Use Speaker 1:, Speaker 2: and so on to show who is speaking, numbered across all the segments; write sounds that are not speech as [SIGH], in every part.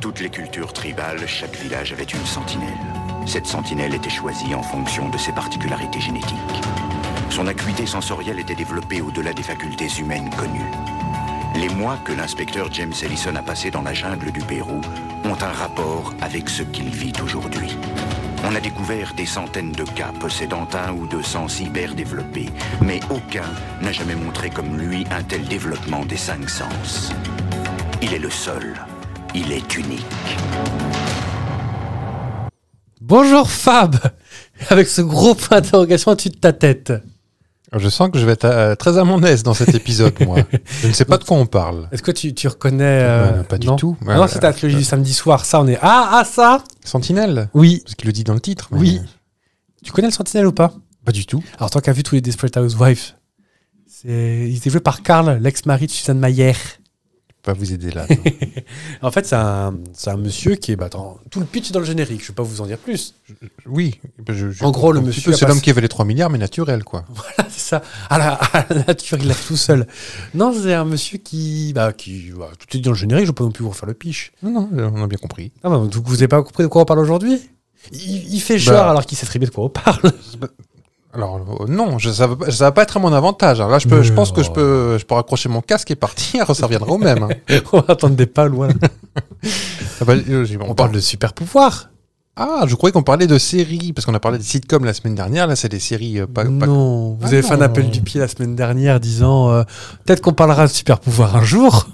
Speaker 1: toutes les cultures tribales, chaque village avait une sentinelle. Cette sentinelle était choisie en fonction de ses particularités génétiques. Son acuité sensorielle était développée au-delà des facultés humaines connues. Les mois que l'inspecteur James Ellison a passés dans la jungle du Pérou ont un rapport avec ce qu'il vit aujourd'hui. On a découvert des centaines de cas possédant un ou deux sens cyber développés, mais aucun n'a jamais montré comme lui un tel développement des cinq sens. Il est le seul, il est unique.
Speaker 2: Bonjour Fab [LAUGHS] Avec ce gros point d'interrogation au-dessus de ta tête.
Speaker 3: Je sens que je vais être euh, très à mon aise dans cet épisode,
Speaker 2: [LAUGHS]
Speaker 3: moi. Je ne sais pas de quoi on parle.
Speaker 2: Est-ce que tu, tu reconnais... euh,
Speaker 3: Euh, pas du
Speaker 2: non
Speaker 3: tout.
Speaker 2: Ah non, c'est ta trilogie du samedi soir, ça on est... Ah, ah, ça
Speaker 3: Sentinelle,
Speaker 2: Oui.
Speaker 3: ce qu'il le dit dans le titre. mais
Speaker 2: Oui. Tu connais le Sentinelle ou pas
Speaker 3: Pas du tout.
Speaker 2: Alors toi qui as vu tous les Desperate Housewives, c'est- il était joué par Karl, l'ex-mari de Suzanne Mayer.
Speaker 3: Je peux pas vous aider là. non.
Speaker 2: En fait, c'est un, c'est un monsieur qui est... Bah, attends, tout le pitch est dans le générique, je ne vais pas vous en dire plus.
Speaker 3: [LAUGHS]
Speaker 2: [LAUGHS]
Speaker 3: oui. je- je
Speaker 2: En gros, le
Speaker 3: comprends un petit
Speaker 2: monsieur
Speaker 3: peu.
Speaker 2: a
Speaker 3: C'est
Speaker 2: passé-
Speaker 3: l'homme qui avait les 3 milliards, mais naturel, quoi.
Speaker 2: Ah, C'est ça. À la, à la nature, il l'a tout seul. Non, c'est un monsieur qui. Bah, qui bah, tout est dit dans le générique, je peux non plus vous refaire le piche.
Speaker 3: Non, non, euh, on a bien compris.
Speaker 2: Ah, bah, donc, vous n'avez pas compris de quoi on parle aujourd'hui il, il fait genre
Speaker 3: Bah.
Speaker 2: alors qu'il sait très bien de quoi on parle.
Speaker 3: Alors, euh, non, je- ça ne va, pas- ça va pas être à mon avantage. Alors là, je, peux, je
Speaker 2: Mais
Speaker 3: pense que je
Speaker 2: non.
Speaker 3: peux, je peux raccrocher mon casque et partir. [LAUGHS] Ça reviendra au même. hein.
Speaker 2: [LAUGHS] on attendait des pas loin.
Speaker 3: Ah bah, euh, j'ai- [LAUGHS] on,
Speaker 2: On
Speaker 3: parle
Speaker 2: parle de super pouvoir.
Speaker 3: Ah, je croyais qu'on parlait de séries, parce qu'on a parlé des sitcoms la semaine dernière. Là, c'est des séries euh, pas. pas-
Speaker 2: non, vous
Speaker 3: Ah
Speaker 2: avez fait un
Speaker 3: non.
Speaker 2: appel du pied la semaine dernière disant euh, peut-être qu'on parlera de super pouvoir un jour.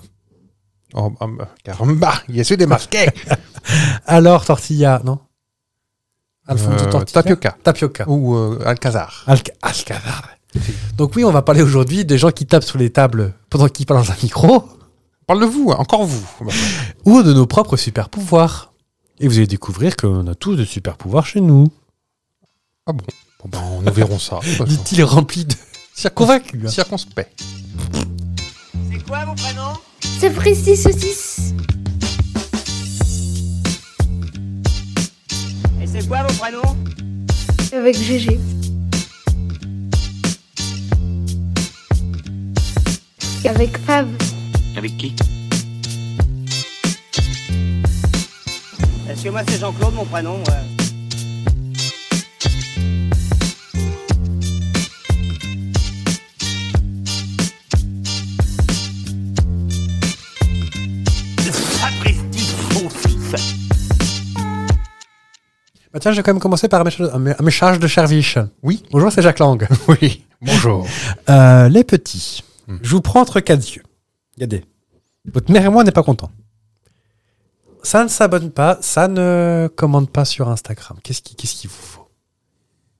Speaker 3: Oh, ah, bah, caramba, il y a celui des masqués.
Speaker 2: [LAUGHS] Alors, Tortilla, non Alfonso
Speaker 3: Euh,
Speaker 2: Tortilla.
Speaker 3: Tapioca.
Speaker 2: Tapioca.
Speaker 3: Ou euh, Alcazar.
Speaker 2: Alca- Alcazar. Donc oui, on va parler aujourd'hui des gens qui tapent sur les tables pendant qu'ils parlent dans un micro
Speaker 3: Parle de vous, hein, encore vous. Bah,
Speaker 2: ou de nos propres super pouvoirs. Et vous allez découvrir qu'on a tous des super pouvoirs chez nous.
Speaker 3: Ah bon, Bon, bah, on- nous verrons ça. Bah,
Speaker 2: [LAUGHS] Dit-il rempli de
Speaker 3: Circon-
Speaker 2: convaincus. hein.
Speaker 3: Circonspect.
Speaker 4: C'est quoi vos prénoms
Speaker 5: C'est précis saucisse.
Speaker 4: Et c'est quoi vos prénoms
Speaker 5: Avec GG. Avec Fab.
Speaker 1: Avec qui
Speaker 4: Parce que moi c'est Jean-Claude mon prénom. ouais.
Speaker 2: Bah tiens, je vais quand même commencer par un message, un mé- un message de Charviche.
Speaker 3: Oui.
Speaker 2: Bonjour, c'est Jacques Lang.
Speaker 3: [LAUGHS] Oui. Bonjour.
Speaker 2: Euh, les petits,
Speaker 3: Hmm.
Speaker 2: je vous prends entre quatre yeux. Regardez. Votre mère et moi n'est pas content. Ça ne s'abonne pas, ça ne commande pas sur Instagram. Qu'est-ce qui- qu'est-ce qu'il vous faut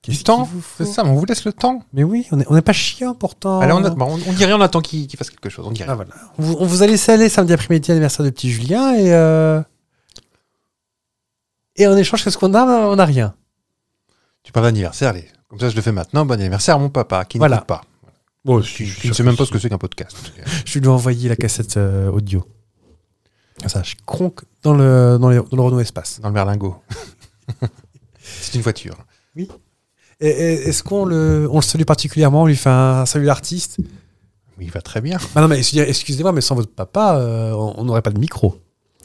Speaker 3: Du
Speaker 2: Qu'est-ce
Speaker 3: temps,
Speaker 2: qu'il vous
Speaker 3: c'est
Speaker 2: faut
Speaker 3: ça, mais on vous laisse le temps.
Speaker 2: Mais oui, on n'est on n'est pas chiant pourtant.
Speaker 3: Allez, on, a- bah, on, on dit rien, on attend qu'il qu'il fasse quelque chose. On dit rien.
Speaker 2: Oh. Ah, voilà. on, vous, on vous a laissé aller samedi après-midi anniversaire de petit Julien et euh, et en échange qu'est-ce qu'on a On n'a rien.
Speaker 3: Tu parles d'anniversaire, allez. Comme ça, je le fais maintenant. Bon anniversaire à mon papa, qui
Speaker 2: Voilà.
Speaker 3: n'écoute pas.
Speaker 2: Bon,
Speaker 3: Qui, qui ne sait même pas ce que c'est qu'un podcast.
Speaker 2: Je lui ai envoyé la cassette euh, audio. Comme Ça, je cronque dans le dans, les- dans le Renault Espace.
Speaker 3: Dans le merlingot. [LAUGHS] c'est une voiture.
Speaker 2: Et- et- Est-ce qu'on le on le salue particulièrement On lui fait un salut d'artiste
Speaker 3: Oui, il va très bien.
Speaker 2: Ah non mais excusez- excusez-moi, mais sans votre papa, euh, on on n'aurait pas de micro.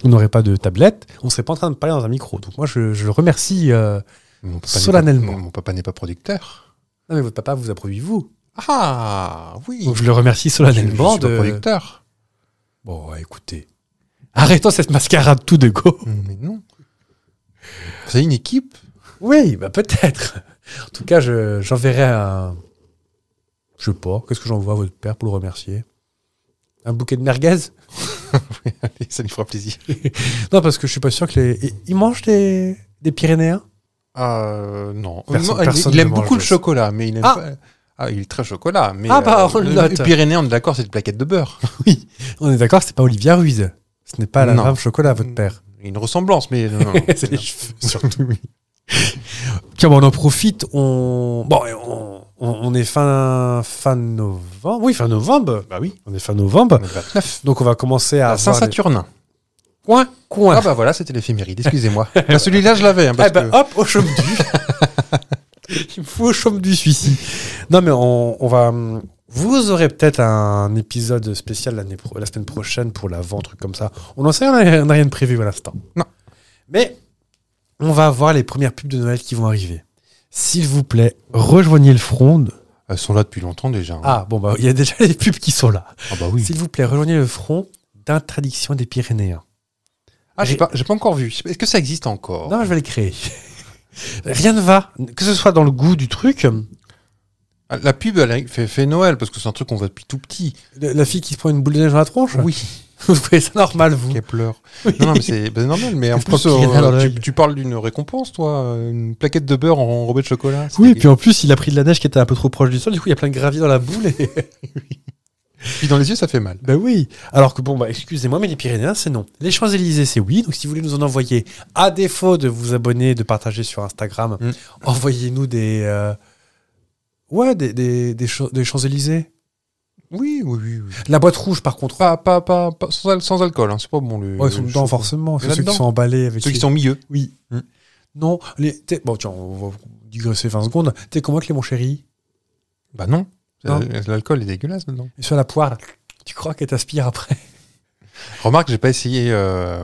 Speaker 2: On n'aurait pas de tablette, on serait pas en train de parler dans un micro. Donc moi, je, je le remercie. euh.
Speaker 3: Mon papa n'est pas-
Speaker 2: Solennellement.
Speaker 3: mon- mon papa n'est pas producteur.
Speaker 2: Non mais votre papa vous a produit vous.
Speaker 3: Ah, oui.
Speaker 2: Donc je le remercie
Speaker 3: Je- je suis
Speaker 2: solennellement
Speaker 3: pas
Speaker 2: de.
Speaker 3: producteur.
Speaker 2: Bon, ouais, écoutez. Arrêtons cette mascarade tout de go.
Speaker 3: Mais non. C'est une équipe. [LAUGHS]
Speaker 2: Oui, bah peut-être. [LAUGHS] En tout cas, je- j'enverrai un. Je sais pas. Qu'est-ce que j'envoie à votre père pour le remercier Un bouquet de merguez
Speaker 3: Allez, ça lui fera plaisir.
Speaker 2: Non, parce que je suis pas sûr que les. Ils mangent des, des Pyrénéens
Speaker 3: Euh, non.
Speaker 2: Personne-
Speaker 3: Non, il-
Speaker 2: personne
Speaker 3: il aime
Speaker 2: ne mange
Speaker 3: beaucoup le
Speaker 2: ça.
Speaker 3: chocolat, mais il aime
Speaker 2: Ah.
Speaker 3: pas. Ah, il est très chocolat. Mais
Speaker 2: Ah, bah, on le note.
Speaker 3: Les Pyrénées, on est d'accord, c'est une plaquette de beurre.
Speaker 2: On est d'accord, c'est pas Olivia Ruiz. Ce n'est pas la
Speaker 3: Non.
Speaker 2: femme chocolat, votre père.
Speaker 3: [LAUGHS] Il y a Une ressemblance, mais euh,
Speaker 2: [LAUGHS]
Speaker 3: non, non, non.
Speaker 2: C'est les cheveux, surtout. oui. Tiens, bon, on en profite. On. Bon, et on, on- on est fin, fin novembre. Oui, fin novembre.
Speaker 3: Bah oui.
Speaker 2: On est fin novembre.
Speaker 3: On est le 29.
Speaker 2: Donc on va commencer à.
Speaker 3: À
Speaker 2: avoir les-
Speaker 3: Saint-Saturnin.
Speaker 2: Coin, coin.
Speaker 3: Ah bah voilà, c'était
Speaker 2: [LAUGHS]
Speaker 3: l'éphéméride, excusez-moi. Bah, Celui-là, je l'avais. hein, parce
Speaker 2: Eh ben,
Speaker 3: que-
Speaker 2: hop, au chaume [LAUGHS] du. Il me faut au chaume du celui-ci. Non, mais on, on va. hum, Vous aurez peut-être un épisode spécial l'année pro- la semaine prochaine pour l'avant, un truc comme ça. On n'en sait rien, on n'a rien de prévu à l'instant.
Speaker 3: Non.
Speaker 2: Mais on va voir les premières pubs de Noël qui vont arriver. S'il vous plaît, rejoignez le front.
Speaker 3: Elles sont là depuis longtemps déjà. hein.
Speaker 2: oh. Ah, bon, bah, il y a déjà les pubs qui sont là.
Speaker 3: Ah bah oui.
Speaker 2: S'il vous plaît, rejoignez le front d'interdiction des Pyrénéens.
Speaker 3: Ah, j'ai pas, j'ai pas encore vu. Est-ce que ça existe encore
Speaker 2: Non, je vais les créer. [LAUGHS] Rien ne va. Que ce soit dans le goût du truc,
Speaker 3: Ah, La pub, elle a- fait, fait Noël, parce que c'est un truc qu'on voit depuis tout petit.
Speaker 2: la la fille qui se prend une boule de neige dans la tronche,
Speaker 3: Oui,
Speaker 2: [LAUGHS] vous trouvez ça normal, vous
Speaker 3: qu'elle pleure. Non, non, mais c'est bah, c'est normal. Mais en
Speaker 2: Je pense
Speaker 3: plus,
Speaker 2: qu'il y en a
Speaker 3: euh,
Speaker 2: dans la
Speaker 3: tu,
Speaker 2: règle.
Speaker 3: tu parles d'une récompense, toi euh, Une plaquette de beurre enrobée de chocolat
Speaker 2: Oui, et
Speaker 3: c'était-
Speaker 2: puis en plus, il a pris de la neige qui était un peu trop proche du sol, du coup, il y a plein de gravier dans la boule. [LAUGHS] Et...
Speaker 3: puis dans les yeux, ça fait mal.
Speaker 2: ben oui. Alors que bon, bah, excusez-moi, mais les Pyrénéens, c'est non. Les Champs-Élysées, c'est oui. Donc si vous voulez nous en envoyer, à défaut de vous abonner, de partager sur Instagram,
Speaker 3: Mm.
Speaker 2: envoyez-nous des. euh, Ouais, des, des, des, Cha- des Champs-Élysées.
Speaker 3: Oui, oui, oui. oui.
Speaker 2: La boîte rouge, par contre. ah,
Speaker 3: Pas, pas, pas, pas- sans, al- sans alcool, hein, c'est pas bon. Le,
Speaker 2: Ouais, ils sont
Speaker 3: le
Speaker 2: dedans,
Speaker 3: chocolat.
Speaker 2: forcément.
Speaker 3: Il y
Speaker 2: C'est
Speaker 3: en a
Speaker 2: ceux qui
Speaker 3: dedans.
Speaker 2: sont Mm. emballés avec
Speaker 3: Ceux
Speaker 2: les-
Speaker 3: qui sont au milieu.
Speaker 2: Oui.
Speaker 3: Hmm.
Speaker 2: Non, les. t'es- Bon, tiens, on va digresser 20 secondes. T'es comment avec les mon chéri
Speaker 3: Bah non.
Speaker 2: Non.
Speaker 3: Euh, L'alcool est dégueulasse dedans.
Speaker 2: Et sur la poire, là, tu crois qu'elle t'aspire après
Speaker 3: Remarque, j'ai pas essayé. euh,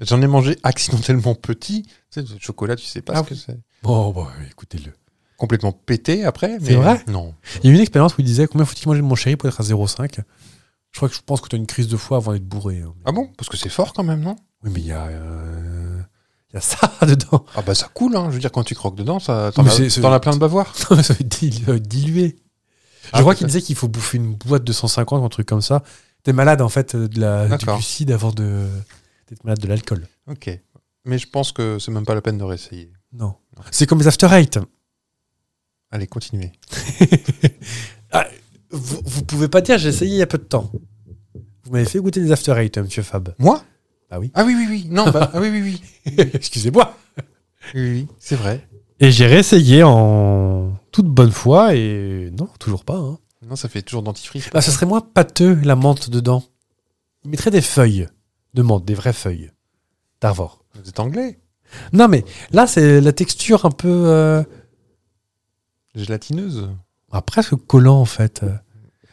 Speaker 3: J'en ai mangé [LAUGHS] accidentellement petit. Tu sais, le chocolat, tu sais pas
Speaker 2: Ah
Speaker 3: ce que c'est.
Speaker 2: Bon, bah, écoutez-le.
Speaker 3: Complètement pété après.
Speaker 2: C'est
Speaker 3: mais-
Speaker 2: vrai
Speaker 3: Non.
Speaker 2: Il y a eu une expérience où il disait combien faut-il manger de mon chéri pour être à 0,5 Je crois que je pense que t'as une crise de foie avant d'être bourré. hein.
Speaker 3: Ah bon Parce que c'est fort quand même, non
Speaker 2: Oui, mais il y a. euh, Il y a ça [LAUGHS] dedans.
Speaker 3: Ah bah ça coule, hein. Je veux dire, quand tu croques dedans, ça, t'en
Speaker 2: Mais
Speaker 3: as-
Speaker 2: c'est- c'est-
Speaker 3: t'en as plein de bavoir.
Speaker 2: ça va être dil- ça va être dilué. Je
Speaker 3: Ah,
Speaker 2: crois qu'il
Speaker 3: peut-être.
Speaker 2: disait qu'il faut bouffer une boîte de 150 ou un truc comme ça. T'es malade en fait euh, de la, du
Speaker 3: D'accord.
Speaker 2: glucide avant de- d'être malade de l'alcool.
Speaker 3: Ok. Mais je pense que c'est même pas la peine de réessayer.
Speaker 2: Non. C'est comme les after eight.
Speaker 3: Allez, continuez.
Speaker 2: Vous, vous pouvez pas dire j'ai essayé il y a peu de temps. Vous m'avez fait goûter des after eight, monsieur
Speaker 3: [LAUGHS]
Speaker 2: Fab.
Speaker 3: Moi
Speaker 2: Ah oui.
Speaker 3: Ah oui, oui, oui.
Speaker 2: [LAUGHS]
Speaker 3: Non, bah, ah oui, oui, oui.
Speaker 2: Excusez-moi.
Speaker 3: Oui, oui, c'est vrai.
Speaker 2: Et j'ai réessayé en toute bonne foi et non, toujours pas. hein.
Speaker 3: Non, ça fait toujours dentifrice.
Speaker 2: Bah, ça serait moins pâteux la menthe dedans. Il mettrait des feuilles de menthe, des vraies feuilles d'arvor.
Speaker 3: Vous êtes anglais
Speaker 2: Non mais là c'est la texture un peu euh,
Speaker 3: Gélatineuse
Speaker 2: ah, presque collant en fait. euh.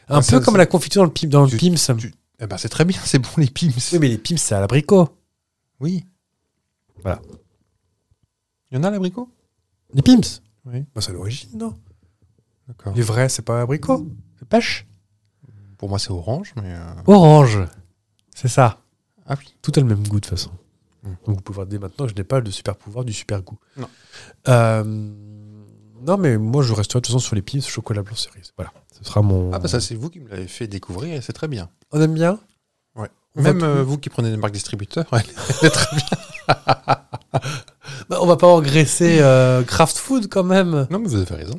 Speaker 2: Un
Speaker 3: Ah,
Speaker 2: peu
Speaker 3: ça-
Speaker 2: comme
Speaker 3: ça-
Speaker 2: la confiture dans le, pim- dans le
Speaker 3: Tu-
Speaker 2: Pims.
Speaker 3: tu- Eh ben, c'est très bien, c'est bon, les pimes.
Speaker 2: Oui mais les Pims c'est à l'abricot.
Speaker 3: Oui.
Speaker 2: Voilà.
Speaker 3: Il y en a l'abricot
Speaker 2: Les Pims
Speaker 3: Oui. Ah.
Speaker 2: Bah, c'est à l'origine non
Speaker 3: D'accord.
Speaker 2: Les vrais, c'est pas abricot, c'est pêche.
Speaker 3: Pour moi, c'est orange, mais. euh,
Speaker 2: Orange, c'est ça.
Speaker 3: Ah oui.
Speaker 2: Tout a le même goût de toute façon.
Speaker 3: Mm.
Speaker 2: Donc vous pouvez voir dès maintenant que je n'ai pas le super pouvoir du super goût.
Speaker 3: Non.
Speaker 2: Euh, non, mais moi je resterai de toute façon sur les pimes chocolat blanc cerise. Voilà. Ce sera mon.
Speaker 3: Ah, bah, ça, c'est vous qui me l'avez fait découvrir et c'est très bien.
Speaker 2: On aime bien On va
Speaker 3: Même
Speaker 2: tout-
Speaker 3: euh, vous qui prenez des marques distributeurs,
Speaker 2: Bah, On va pas engraisser euh, Kraft Food quand même.
Speaker 3: [LAUGHS] Non, mais vous avez raison.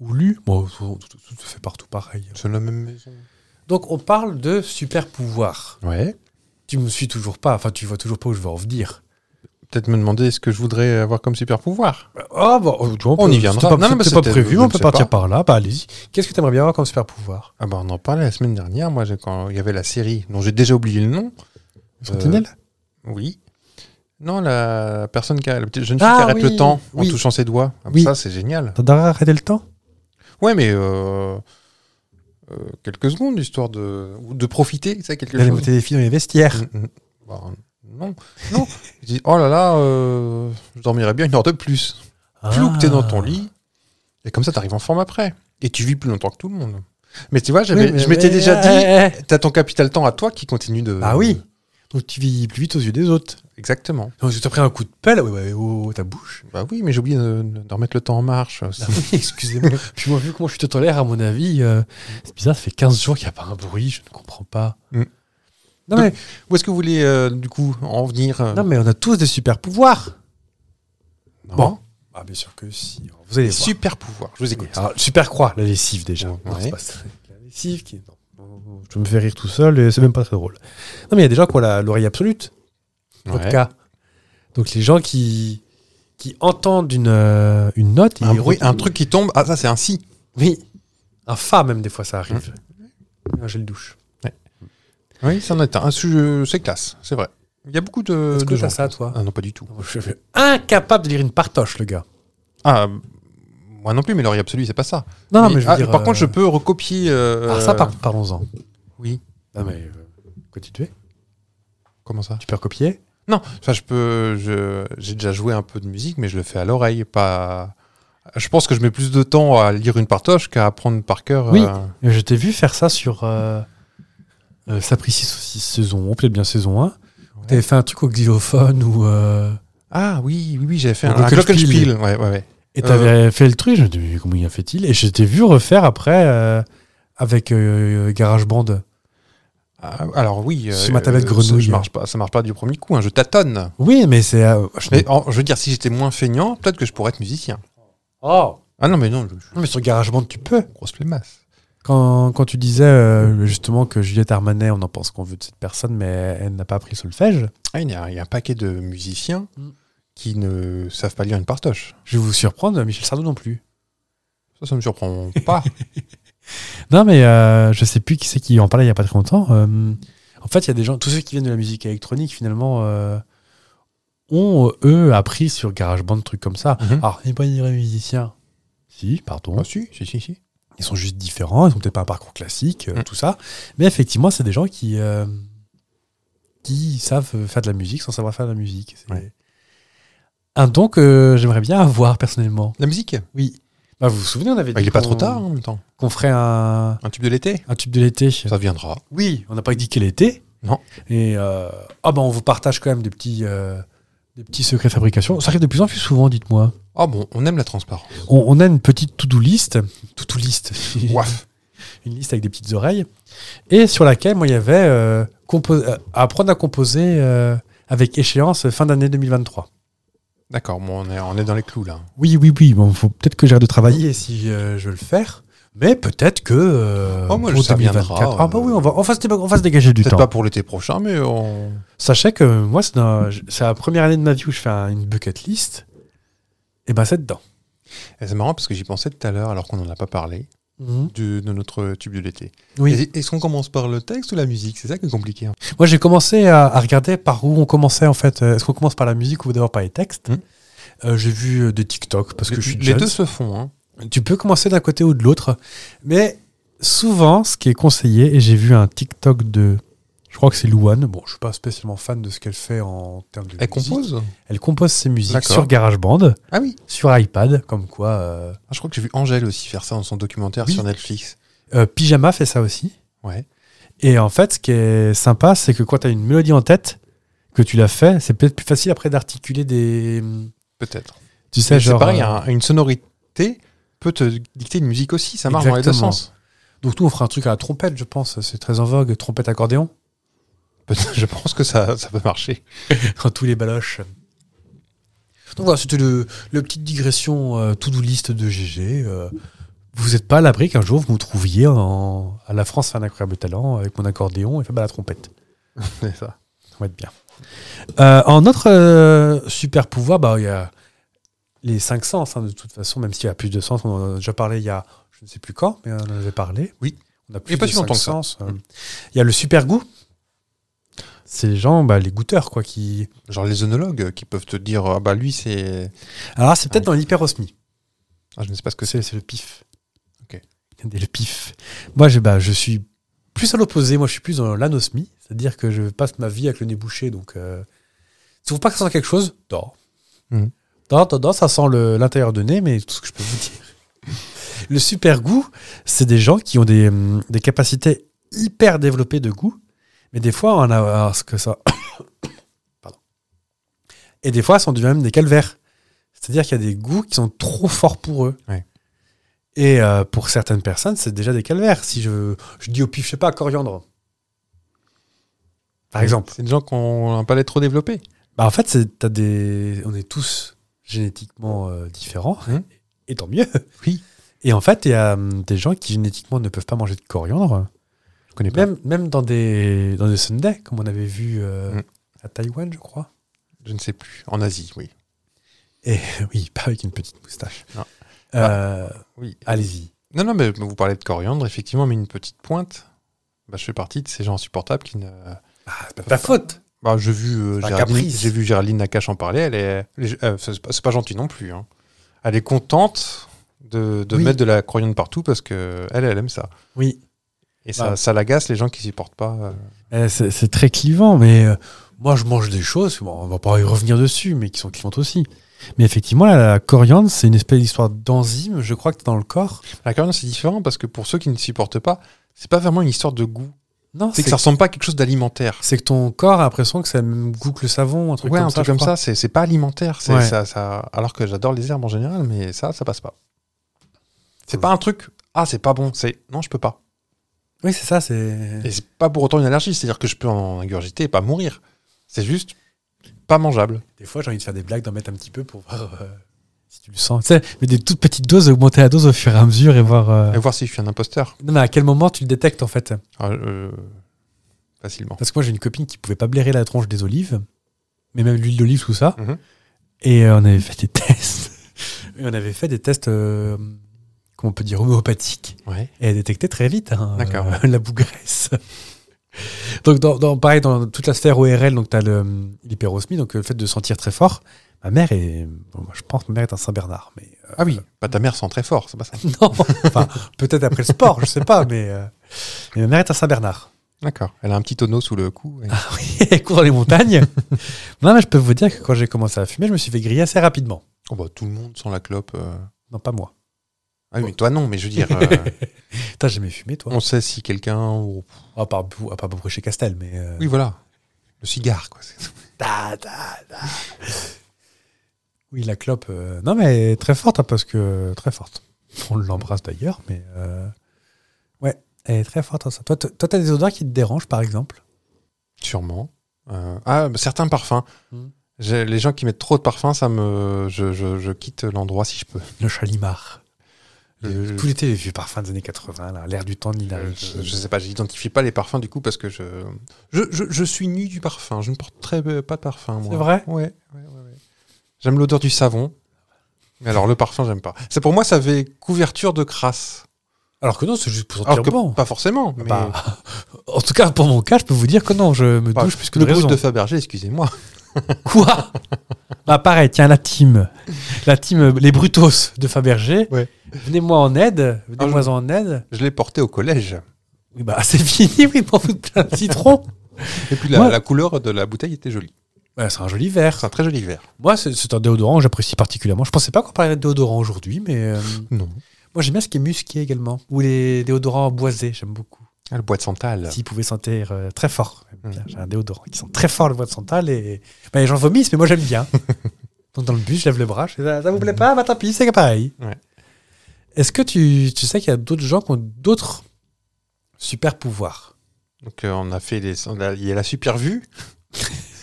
Speaker 2: Ou Lu. Bon, tout, tout- tout se fait partout pareil.
Speaker 3: C'est la même maison.
Speaker 2: Donc on parle de super pouvoir.
Speaker 3: Ouais.
Speaker 2: Tu me suis toujours pas. Enfin, tu vois toujours pas où je veux en venir.
Speaker 3: Peut-être me demander ce que je voudrais avoir comme super pouvoir.
Speaker 2: Ah bah, on,
Speaker 3: oh, On y viendra.
Speaker 2: Pas,
Speaker 3: Non, non, mais
Speaker 2: c'était pas
Speaker 3: c'était-
Speaker 2: prévu,
Speaker 3: je
Speaker 2: on
Speaker 3: ne
Speaker 2: peut
Speaker 3: sais
Speaker 2: partir
Speaker 3: pas.
Speaker 2: par là. Bah allez-y. Qu'est-ce que t'aimerais bien avoir comme super pouvoir
Speaker 3: Ah bah on en parlait la semaine dernière, moi j'ai- quand il y avait la série dont j'ai déjà oublié le nom. Sentinelle Oui. Non, la personne qui a, la petite jeune fille
Speaker 2: Ah
Speaker 3: qui arrête
Speaker 2: oui,
Speaker 3: le temps
Speaker 2: oui.
Speaker 3: en touchant ses doigts. Ah bah
Speaker 2: Oui.
Speaker 3: Ça c'est génial.
Speaker 2: T'as arrêté le temps
Speaker 3: Ouais mais euh, euh, quelques secondes histoire de ou de profiter, tu sais, quelque
Speaker 2: D'aller
Speaker 3: chose.
Speaker 2: mettre des filles dans les vestiaires.
Speaker 3: Mm, mm. Bah, non, non. Je dis, oh là là, euh, je dormirais bien une heure de plus.
Speaker 2: Ah.
Speaker 3: plus que t'es dans ton lit, et comme ça t'arrives en forme après. Et tu vis plus longtemps que tout le monde. Mais tu vois, j'avais- je m'étais déjà dit, t'as ton capital temps à toi qui continue de.
Speaker 2: Ah oui. Donc tu vis plus vite aux yeux des autres.
Speaker 3: Exactement.
Speaker 2: Donc tu t'as pris un coup de pelle, ouais, ouais, oh, oh, ta bouche.
Speaker 3: Bah oui, mais j'ai oublié de, de remettre le temps en marche. aussi.
Speaker 2: Bah oui, [LAUGHS] excusez-moi. [LAUGHS] Puis moi, vu comment je suis tolère, à mon avis, euh, c'est bizarre, ça fait 15 jours qu'il n'y a pas un bruit, je ne comprends pas.
Speaker 3: Mm.
Speaker 2: Non,
Speaker 3: Donc-
Speaker 2: mais,
Speaker 3: Où est-ce que vous voulez, euh, du coup, en venir euh,
Speaker 2: non, mais on a tous des super pouvoirs.
Speaker 3: non
Speaker 2: bon. Ah, bien sûr que si. Vous allez voir.
Speaker 3: Hein
Speaker 2: Ah,
Speaker 3: Super pouvoir, je vous écoute.
Speaker 2: Alors, super croix, la lessive déjà.
Speaker 3: Ouais.
Speaker 2: Non, c'est pas ça. La lessive qui. non. Je me fais rire tout seul et c'est même pas très drôle. Non, mais il y a des gens qui ont la- l'oreille absolue, votre
Speaker 3: Ouais.
Speaker 2: cas. Donc les gens qui, qui entendent une, euh, une note. et
Speaker 3: Un,
Speaker 2: ils
Speaker 3: bruit,
Speaker 2: re-
Speaker 3: un truc qui tombe, ah ça c'est un si.
Speaker 2: Oui. Un fa même, des fois, ça arrive.
Speaker 3: Hein?
Speaker 2: Un gel douche.
Speaker 3: Oui, c'en est un. Un sujet- C'est classe, c'est vrai. Il y a beaucoup de.
Speaker 2: Est-ce
Speaker 3: de
Speaker 2: que t'as
Speaker 3: Euh, gens.
Speaker 2: ça, toi
Speaker 3: Ah non, pas du tout.
Speaker 2: Je suis incapable de lire une partoche, le gars.
Speaker 3: Ah, Moi non plus, mais l'oreille absolue, c'est pas ça.
Speaker 2: Non, non, mais,
Speaker 3: Mais-
Speaker 2: je veux
Speaker 3: ah,
Speaker 2: dire,
Speaker 3: Par
Speaker 2: euh,
Speaker 3: contre, je peux recopier. euh,
Speaker 2: Alors ça, par- parlons-en.
Speaker 3: Oui.
Speaker 2: Non, mais euh, continuez.
Speaker 3: Comment ça
Speaker 2: Tu peux recopier
Speaker 3: Non, enfin, je peux. je- J'ai déjà joué un peu de musique, mais je le fais à l'oreille, pas. Je pense que je mets plus de temps à lire une partoche qu'à apprendre par cœur.
Speaker 2: Oui.
Speaker 3: euh,
Speaker 2: Euh, Je t'ai vu faire ça sur euh, euh, Sapristi Saucisse saison, on peut bien saison 1. T'avais fait un truc au xylophone ou. euh,
Speaker 3: Ah oui, oui, oui, j'avais fait
Speaker 2: Le
Speaker 3: un, un
Speaker 2: Glockenspiel.
Speaker 3: Glockenspiel. Ouais, ouais, ouais.
Speaker 2: Et t'avais fait le truc, je me dis, mais comment il a fait-il Et je t'ai vu refaire après euh, avec euh, GarageBand.
Speaker 3: Ah, alors oui.
Speaker 2: Sur ma tablette
Speaker 3: euh,
Speaker 2: grenouille.
Speaker 3: Ça marche pas, ça marche pas du premier coup. hein, je tâtonne.
Speaker 2: Oui, mais c'est. euh, je-
Speaker 3: Mais en- je veux dire, si j'étais moins feignant, peut-être que je pourrais être musicien.
Speaker 2: Oh
Speaker 3: Ah non, mais non, je, je suis
Speaker 2: Non, mais sur GarageBand, tu peux.
Speaker 3: une grosse flemmasse.
Speaker 2: Quand, quand tu disais euh, justement que Juliette Armanet, on en pense qu'on veut de cette personne, mais elle n'a pas appris le solfège,
Speaker 3: Ah, il, y a, il y a un paquet de musiciens
Speaker 2: Mm.
Speaker 3: qui ne savent pas lire une partoche.
Speaker 2: je vais vous surprendre, Michel Sardou non plus.
Speaker 3: Ça, ça me surprend
Speaker 2: [LAUGHS]
Speaker 3: pas.
Speaker 2: Non, mais euh, je sais plus qui c'est qui en parlait il y a pas très longtemps. Euh, en fait, il y a des gens, tous ceux qui viennent de la musique électronique, finalement, euh, ont, euh, eux, appris sur GarageBand, des trucs comme ça.
Speaker 3: Mhm.
Speaker 2: Alors, ils pas des vrais musiciens. Si, pardon.
Speaker 3: Ah, si, si, si, si.
Speaker 2: Ils sont juste différents, ils ont peut-être pas un parcours classique, euh,
Speaker 3: Mhm.
Speaker 2: tout ça. Mais effectivement, c'est des gens qui, euh, qui savent euh, faire de la musique sans savoir faire de la musique. C'est
Speaker 3: Ouais.
Speaker 2: un don que j'aimerais bien avoir personnellement.
Speaker 3: La musique
Speaker 2: Oui. Bah, vous vous souvenez, on avait
Speaker 3: Ah,
Speaker 2: dit
Speaker 3: Il est pas
Speaker 2: qu'on-
Speaker 3: trop tard hein, en même temps.
Speaker 2: qu'on ferait un,
Speaker 3: Un tube de l'été
Speaker 2: un tube de l'été.
Speaker 3: Ça viendra.
Speaker 2: Oui, on n'a pas dit quel était.
Speaker 3: Non.
Speaker 2: Et euh, ah ben on vous partage quand même des petits, euh, des petits secrets de fabrication. Ça arrive de plus en plus souvent, dites-moi.
Speaker 3: Ah bon, on aime la transparence.
Speaker 2: [LAUGHS] On, on a une petite to-do list, to-do [LAUGHS] list,
Speaker 3: Ouaf.
Speaker 2: une liste avec des petites oreilles, et sur laquelle moi il y avait euh, compo- euh, apprendre à composer euh, avec échéance fin d'année 2023.
Speaker 3: D'accord, bon, on est, on est dans les clous là.
Speaker 2: Oui, oui, oui. Bon, faut peut-être que j'arrête de travailler si euh, je veux le faire. Mais peut-être que euh,
Speaker 3: Oh, moi,
Speaker 2: pour
Speaker 3: ça viendra,
Speaker 2: 2024. Ah bah
Speaker 3: euh,
Speaker 2: oui, on va, on va se, dé- on va se dégager du
Speaker 3: Peut-être
Speaker 2: temps.
Speaker 3: pas pour l'été prochain, mais on.
Speaker 2: Sachez que moi, c'est dans- je- c'est la première année de ma vie où je fais un- une bucket list. Et ben, c'est dedans.
Speaker 3: Et Eh, C'est marrant parce que j'y pensais tout à l'heure, alors qu'on n'en a pas parlé, du- de notre tube de l'été.
Speaker 2: Oui.
Speaker 3: Et- Est-ce qu'on commence par le texte ou la musique C'est ça qui est compliqué. hein.
Speaker 2: Moi, j'ai commencé à, à regarder par où on commençait en fait. Euh, Est-ce qu'on commence par la musique ou d'abord par les textes
Speaker 3: Mhm.
Speaker 2: Euh, J'ai vu euh, des TikTok parce que
Speaker 3: les
Speaker 2: je suis
Speaker 3: les
Speaker 2: jeune.
Speaker 3: deux se font. hein.
Speaker 2: Tu peux commencer d'un côté ou de l'autre, mais souvent, ce qui est conseillé, et j'ai vu un TikTok de, je crois que c'est Louane. Bon, je suis pas spécialement fan de ce qu'elle fait en termes de.
Speaker 3: Elle
Speaker 2: musique.
Speaker 3: compose
Speaker 2: Elle compose ses musiques
Speaker 3: D'accord.
Speaker 2: sur GarageBand,
Speaker 3: Ah oui.
Speaker 2: sur iPad, comme quoi. euh,
Speaker 3: Ah, je crois que j'ai vu Angèle aussi faire ça dans son documentaire
Speaker 2: Oui.
Speaker 3: sur Netflix.
Speaker 2: euh, Pyjama fait ça aussi.
Speaker 3: Ouais.
Speaker 2: Et en fait, ce qui est sympa, c'est que quand tu as une mélodie en tête, que tu l'as fait, c'est peut-être plus facile après d'articuler des.
Speaker 3: Peut-être.
Speaker 2: Tu sais,
Speaker 3: Mais C'est
Speaker 2: genre.
Speaker 3: pareil, hein.
Speaker 2: euh,
Speaker 3: un- une sonorité peut te dicter une musique aussi. Ça marche dans
Speaker 2: Exactement.
Speaker 3: les deux sens.
Speaker 2: Donc, nous, on fera un truc à la trompette, je pense. C'est très en vogue. Trompette accordéon. [LAUGHS]
Speaker 3: Peut- Je pense que ça, ça peut marcher.
Speaker 2: Dans tous les baloches. Donc, voilà, c'était le, le petite digression euh, to-do list de GG. euh. vous n'êtes pas à l'abri qu'un jour vous me trouviez en- à la France fait un incroyable talent avec mon accordéon et fait bah, la trompette.
Speaker 3: C'est ça.
Speaker 2: Ça va être bien. Euh, en autre euh, super pouvoir, bah, il y a les cinq sens, hein, de toute façon, même s'il y a plus de sens, on en a déjà parlé il y a, je ne sais plus quand, mais on en avait parlé.
Speaker 3: Oui.
Speaker 2: On a
Speaker 3: Il y
Speaker 2: plus
Speaker 3: a pas
Speaker 2: de
Speaker 3: si longtemps
Speaker 2: cinq
Speaker 3: que ça.
Speaker 2: sens. euh.
Speaker 3: Mm.
Speaker 2: Il y a le super goût. C'est les gens, bah, les goûteurs, quoi, qui.
Speaker 3: Genre les œnologues qui peuvent te dire Ah bah lui, c'est.
Speaker 2: Alors, c'est peut-être dans l'hyperosmie.
Speaker 3: Ah, je ne sais pas ce que
Speaker 2: que
Speaker 3: c'est.
Speaker 2: c'est c'est le pif.
Speaker 3: Ok.
Speaker 2: Regardez, Le pif. Moi, je, bah, je suis plus à l'opposé. Moi, je suis plus dans l'anosmie. C'est-à-dire que je passe ma vie avec le nez bouché. Donc, euh, tu trouves pas que ça sent quelque chose Non.
Speaker 3: Mhm.
Speaker 2: Non, non, non, ça sent le- l'intérieur de nez, mais tout ce que je peux vous dire. le super goût, c'est des gens qui ont des, hum, des capacités hyper développées de goût. Mais des fois, on a alors, ce que ça. [COUGHS] Pardon. Et des fois, ça en devient même des calvaires. C'est-à-dire qu'il y a des goûts qui sont trop forts pour eux.
Speaker 3: Ouais.
Speaker 2: Et euh, pour certaines personnes, c'est déjà des calvaires. Si je, je dis au pif, je sais pas, coriandre. Par exemple.
Speaker 3: C'est des gens qui ont un palais trop développé.
Speaker 2: Bah, en fait, c'est- t'as des... on est tous génétiquement euh, différents.
Speaker 3: Mhm.
Speaker 2: [LAUGHS] Et tant mieux.
Speaker 3: Oui.
Speaker 2: Et en fait, il y a hum, des gens qui génétiquement ne peuvent pas manger de coriandre.
Speaker 3: Je connais pas.
Speaker 2: Même, même dans, des, dans des Sundays, comme on avait vu euh,
Speaker 3: Mhm.
Speaker 2: à Taïwan, je crois.
Speaker 3: Je ne sais plus. En Asie, oui.
Speaker 2: Ben Oui, [LAUGHS] pas avec une petite moustache.
Speaker 3: Non.
Speaker 2: Euh,
Speaker 3: Oui.
Speaker 2: Allez-y.
Speaker 3: Non, non, mais vous parlez de coriandre, effectivement, mais une petite pointe. Bah, je fais partie de ces gens insupportables qui ne.
Speaker 2: Ah, c'est pas ta faute.
Speaker 3: Bah, j'ai vu, euh,
Speaker 2: C'est un
Speaker 3: Géraldine,
Speaker 2: caprice.
Speaker 3: j'ai vu Géraldine Nakache en parler. Elle est, elle est- euh, c'est pas, c'est pas gentil non plus. hein. Elle est contente de, de
Speaker 2: Oui.
Speaker 3: mettre de la croyante partout parce que elle, elle aime ça.
Speaker 2: Oui.
Speaker 3: Et ça,
Speaker 2: Bah.
Speaker 3: ça l'agace les gens qui s'y portent pas. euh.
Speaker 2: Eh, C'est c'est très clivant, mais euh, moi je mange des choses, bon, on va pas y revenir dessus, mais qui sont clivantes aussi. Mais effectivement, la, la coriandre, c'est une espèce d'histoire d'enzyme, je crois que t'as dans le corps.
Speaker 3: La coriandre, c'est différent parce que pour ceux qui ne s'y portent pas, c'est pas vraiment une histoire de goût.
Speaker 2: Non,
Speaker 3: C'est que ça ressemble pas à quelque chose d'alimentaire.
Speaker 2: c'est que ton corps a l'impression que ça a le même goût que le savon, un truc
Speaker 3: Ouais,
Speaker 2: comme
Speaker 3: un
Speaker 2: ça.
Speaker 3: truc
Speaker 2: je
Speaker 3: comme
Speaker 2: crois.
Speaker 3: ça, c'est c'est pas alimentaire. c'est
Speaker 2: Ouais.
Speaker 3: Ça, ça... Alors que j'adore les herbes en général, mais ça, ça passe pas. C'est pas un truc. Ah, c'est pas bon. C'est non, je peux pas.
Speaker 2: Oui, c'est ça, c'est.
Speaker 3: Et c'est pas pour autant une allergie. C'est-à-dire que je peux en ingurgiter et pas mourir. C'est juste pas mangeable.
Speaker 2: Des fois, j'ai envie de faire des blagues, d'en mettre un petit peu pour voir euh, si tu le sens. Tu sais, mais des toutes petites doses, augmenter la dose au fur et à mesure et voir. euh,
Speaker 3: Et voir si je suis un imposteur.
Speaker 2: Non, mais à quel moment tu le détectes en fait
Speaker 3: Ah, euh, Facilement.
Speaker 2: Parce que moi, j'ai une copine qui pouvait pas blairer la tronche des olives, mais même l'huile d'olive, tout ça.
Speaker 3: Mhm.
Speaker 2: Et euh, on avait fait des [LAUGHS] tests. Et on avait fait des tests, euh, comment on peut dire, homéopathiques.
Speaker 3: Ouais.
Speaker 2: Et elle détectait très vite hein,
Speaker 3: D'accord.
Speaker 2: euh, [LAUGHS] la bougresse. donc, dans, dans- pareil, dans toute la sphère ORL, donc tu as l'hyperosmie, donc euh, le fait de sentir très fort. Ma mère est. bon, moi, je pense que ma mère est un Saint-Bernard, mais. euh,
Speaker 3: Ah oui, pas ta mère sent très fort, c'est pas ça.
Speaker 2: non Enfin, peut-être après le sport, je sais pas, mais. euh, mais ma mère est un Saint-Bernard. [LAUGHS]
Speaker 3: D'accord. Ah. Elle a un petit tonneau sous le cou. et-
Speaker 2: Elle court dans les montagnes. non, mais je peux vous dire que quand j'ai commencé à fumer, je me suis fait griller assez rapidement.
Speaker 3: Oh bah, tout le monde sent la clope. euh.
Speaker 2: Non, pas moi.
Speaker 3: Ah oui, mais toi non, mais je veux [LAUGHS] dire, euh,
Speaker 2: T'as jamais fumé, toi
Speaker 3: on sait si quelqu'un. ou-
Speaker 2: À part, bou- à part beaucoup chez Castel, mais. euh,
Speaker 3: Oui, voilà. Le cigare, quoi. c'est-
Speaker 2: da, da, da. Oui, la clope. euh, Non, mais très forte, hein, parce que. Très forte. On l'embrasse d'ailleurs, mais. euh, Ouais, elle est très forte. hein, ça. Toi, t- toi, t'as des odeurs qui te dérangent, par exemple
Speaker 3: Sûrement. Euh, Ah, bah, certains parfums.
Speaker 2: Hmm.
Speaker 3: J'ai- Les gens qui mettent trop de parfums, ça me. Je, je- je quitte l'endroit si je peux.
Speaker 2: Le chalimar.
Speaker 3: Le-
Speaker 2: Le- Tout l'été, les vieux parfums des années 80, là, l'air du temps, ni la-
Speaker 3: Euh, Je, je sais pas, j'identifie pas les parfums du coup parce que je. Je, je, je suis nu du parfum. Je ne porte très peu- pas de parfum, moi.
Speaker 2: C'est vrai
Speaker 3: Ouais, ouais, ouais, ouais. J'aime l'odeur du savon. Mais alors le parfum, j'aime pas. C'est pour moi, ça avait couverture de crasse.
Speaker 2: Alors que non, c'est juste pour sentir
Speaker 3: Alors que
Speaker 2: bon.
Speaker 3: pas forcément. Mais
Speaker 2: Bah, [LAUGHS] en tout cas, pour mon cas, je peux vous dire que non, je me
Speaker 3: Bah,
Speaker 2: douche plus que
Speaker 3: le
Speaker 2: de
Speaker 3: brut
Speaker 2: raison.
Speaker 3: de Fabergé, excusez-moi.
Speaker 2: [LAUGHS] Quoi Bah pareil, tiens, la team. La team, euh, les brutos de Fabergé.
Speaker 3: Ouais. Ah,
Speaker 2: Venez-moi en aide. Venez-moi en aide.
Speaker 3: Je l'ai porté au collège.
Speaker 2: Oui, bah [LAUGHS] c'est fini, oui, pour vous plein de [LAUGHS] citron.
Speaker 3: Et puis la,
Speaker 2: Ouais.
Speaker 3: la couleur de la bouteille était jolie.
Speaker 2: Bah, c'est un joli
Speaker 3: C'est
Speaker 2: verre.
Speaker 3: un très joli verre.
Speaker 2: Moi, c'est- c'est un déodorant que j'apprécie particulièrement. Je pensais pas qu'on parlerait de déodorant aujourd'hui, mais euh,
Speaker 3: Non.
Speaker 2: moi j'aime bien ce qui est musqué également. Ou les déodorants boisés, j'aime beaucoup.
Speaker 3: Ah, le bois de santal.
Speaker 2: S'ils pouvaient sentir euh, très fort. J'aime
Speaker 3: Mm.
Speaker 2: bien. J'ai un déodorant qui sent très fort le bois de santal et bah, les gens vomissent, mais moi j'aime
Speaker 3: [LAUGHS]
Speaker 2: bien. Donc dans le bus, je lève le bras, je fais, ça, ça vous plaît pas Bah tant pis, c'est pareil.
Speaker 3: Ouais.
Speaker 2: Est-ce que tu, tu sais qu'il y a d'autres gens qui ont d'autres super pouvoirs
Speaker 3: Donc euh, on a fait les. on a- Il y a la super vue. [LAUGHS]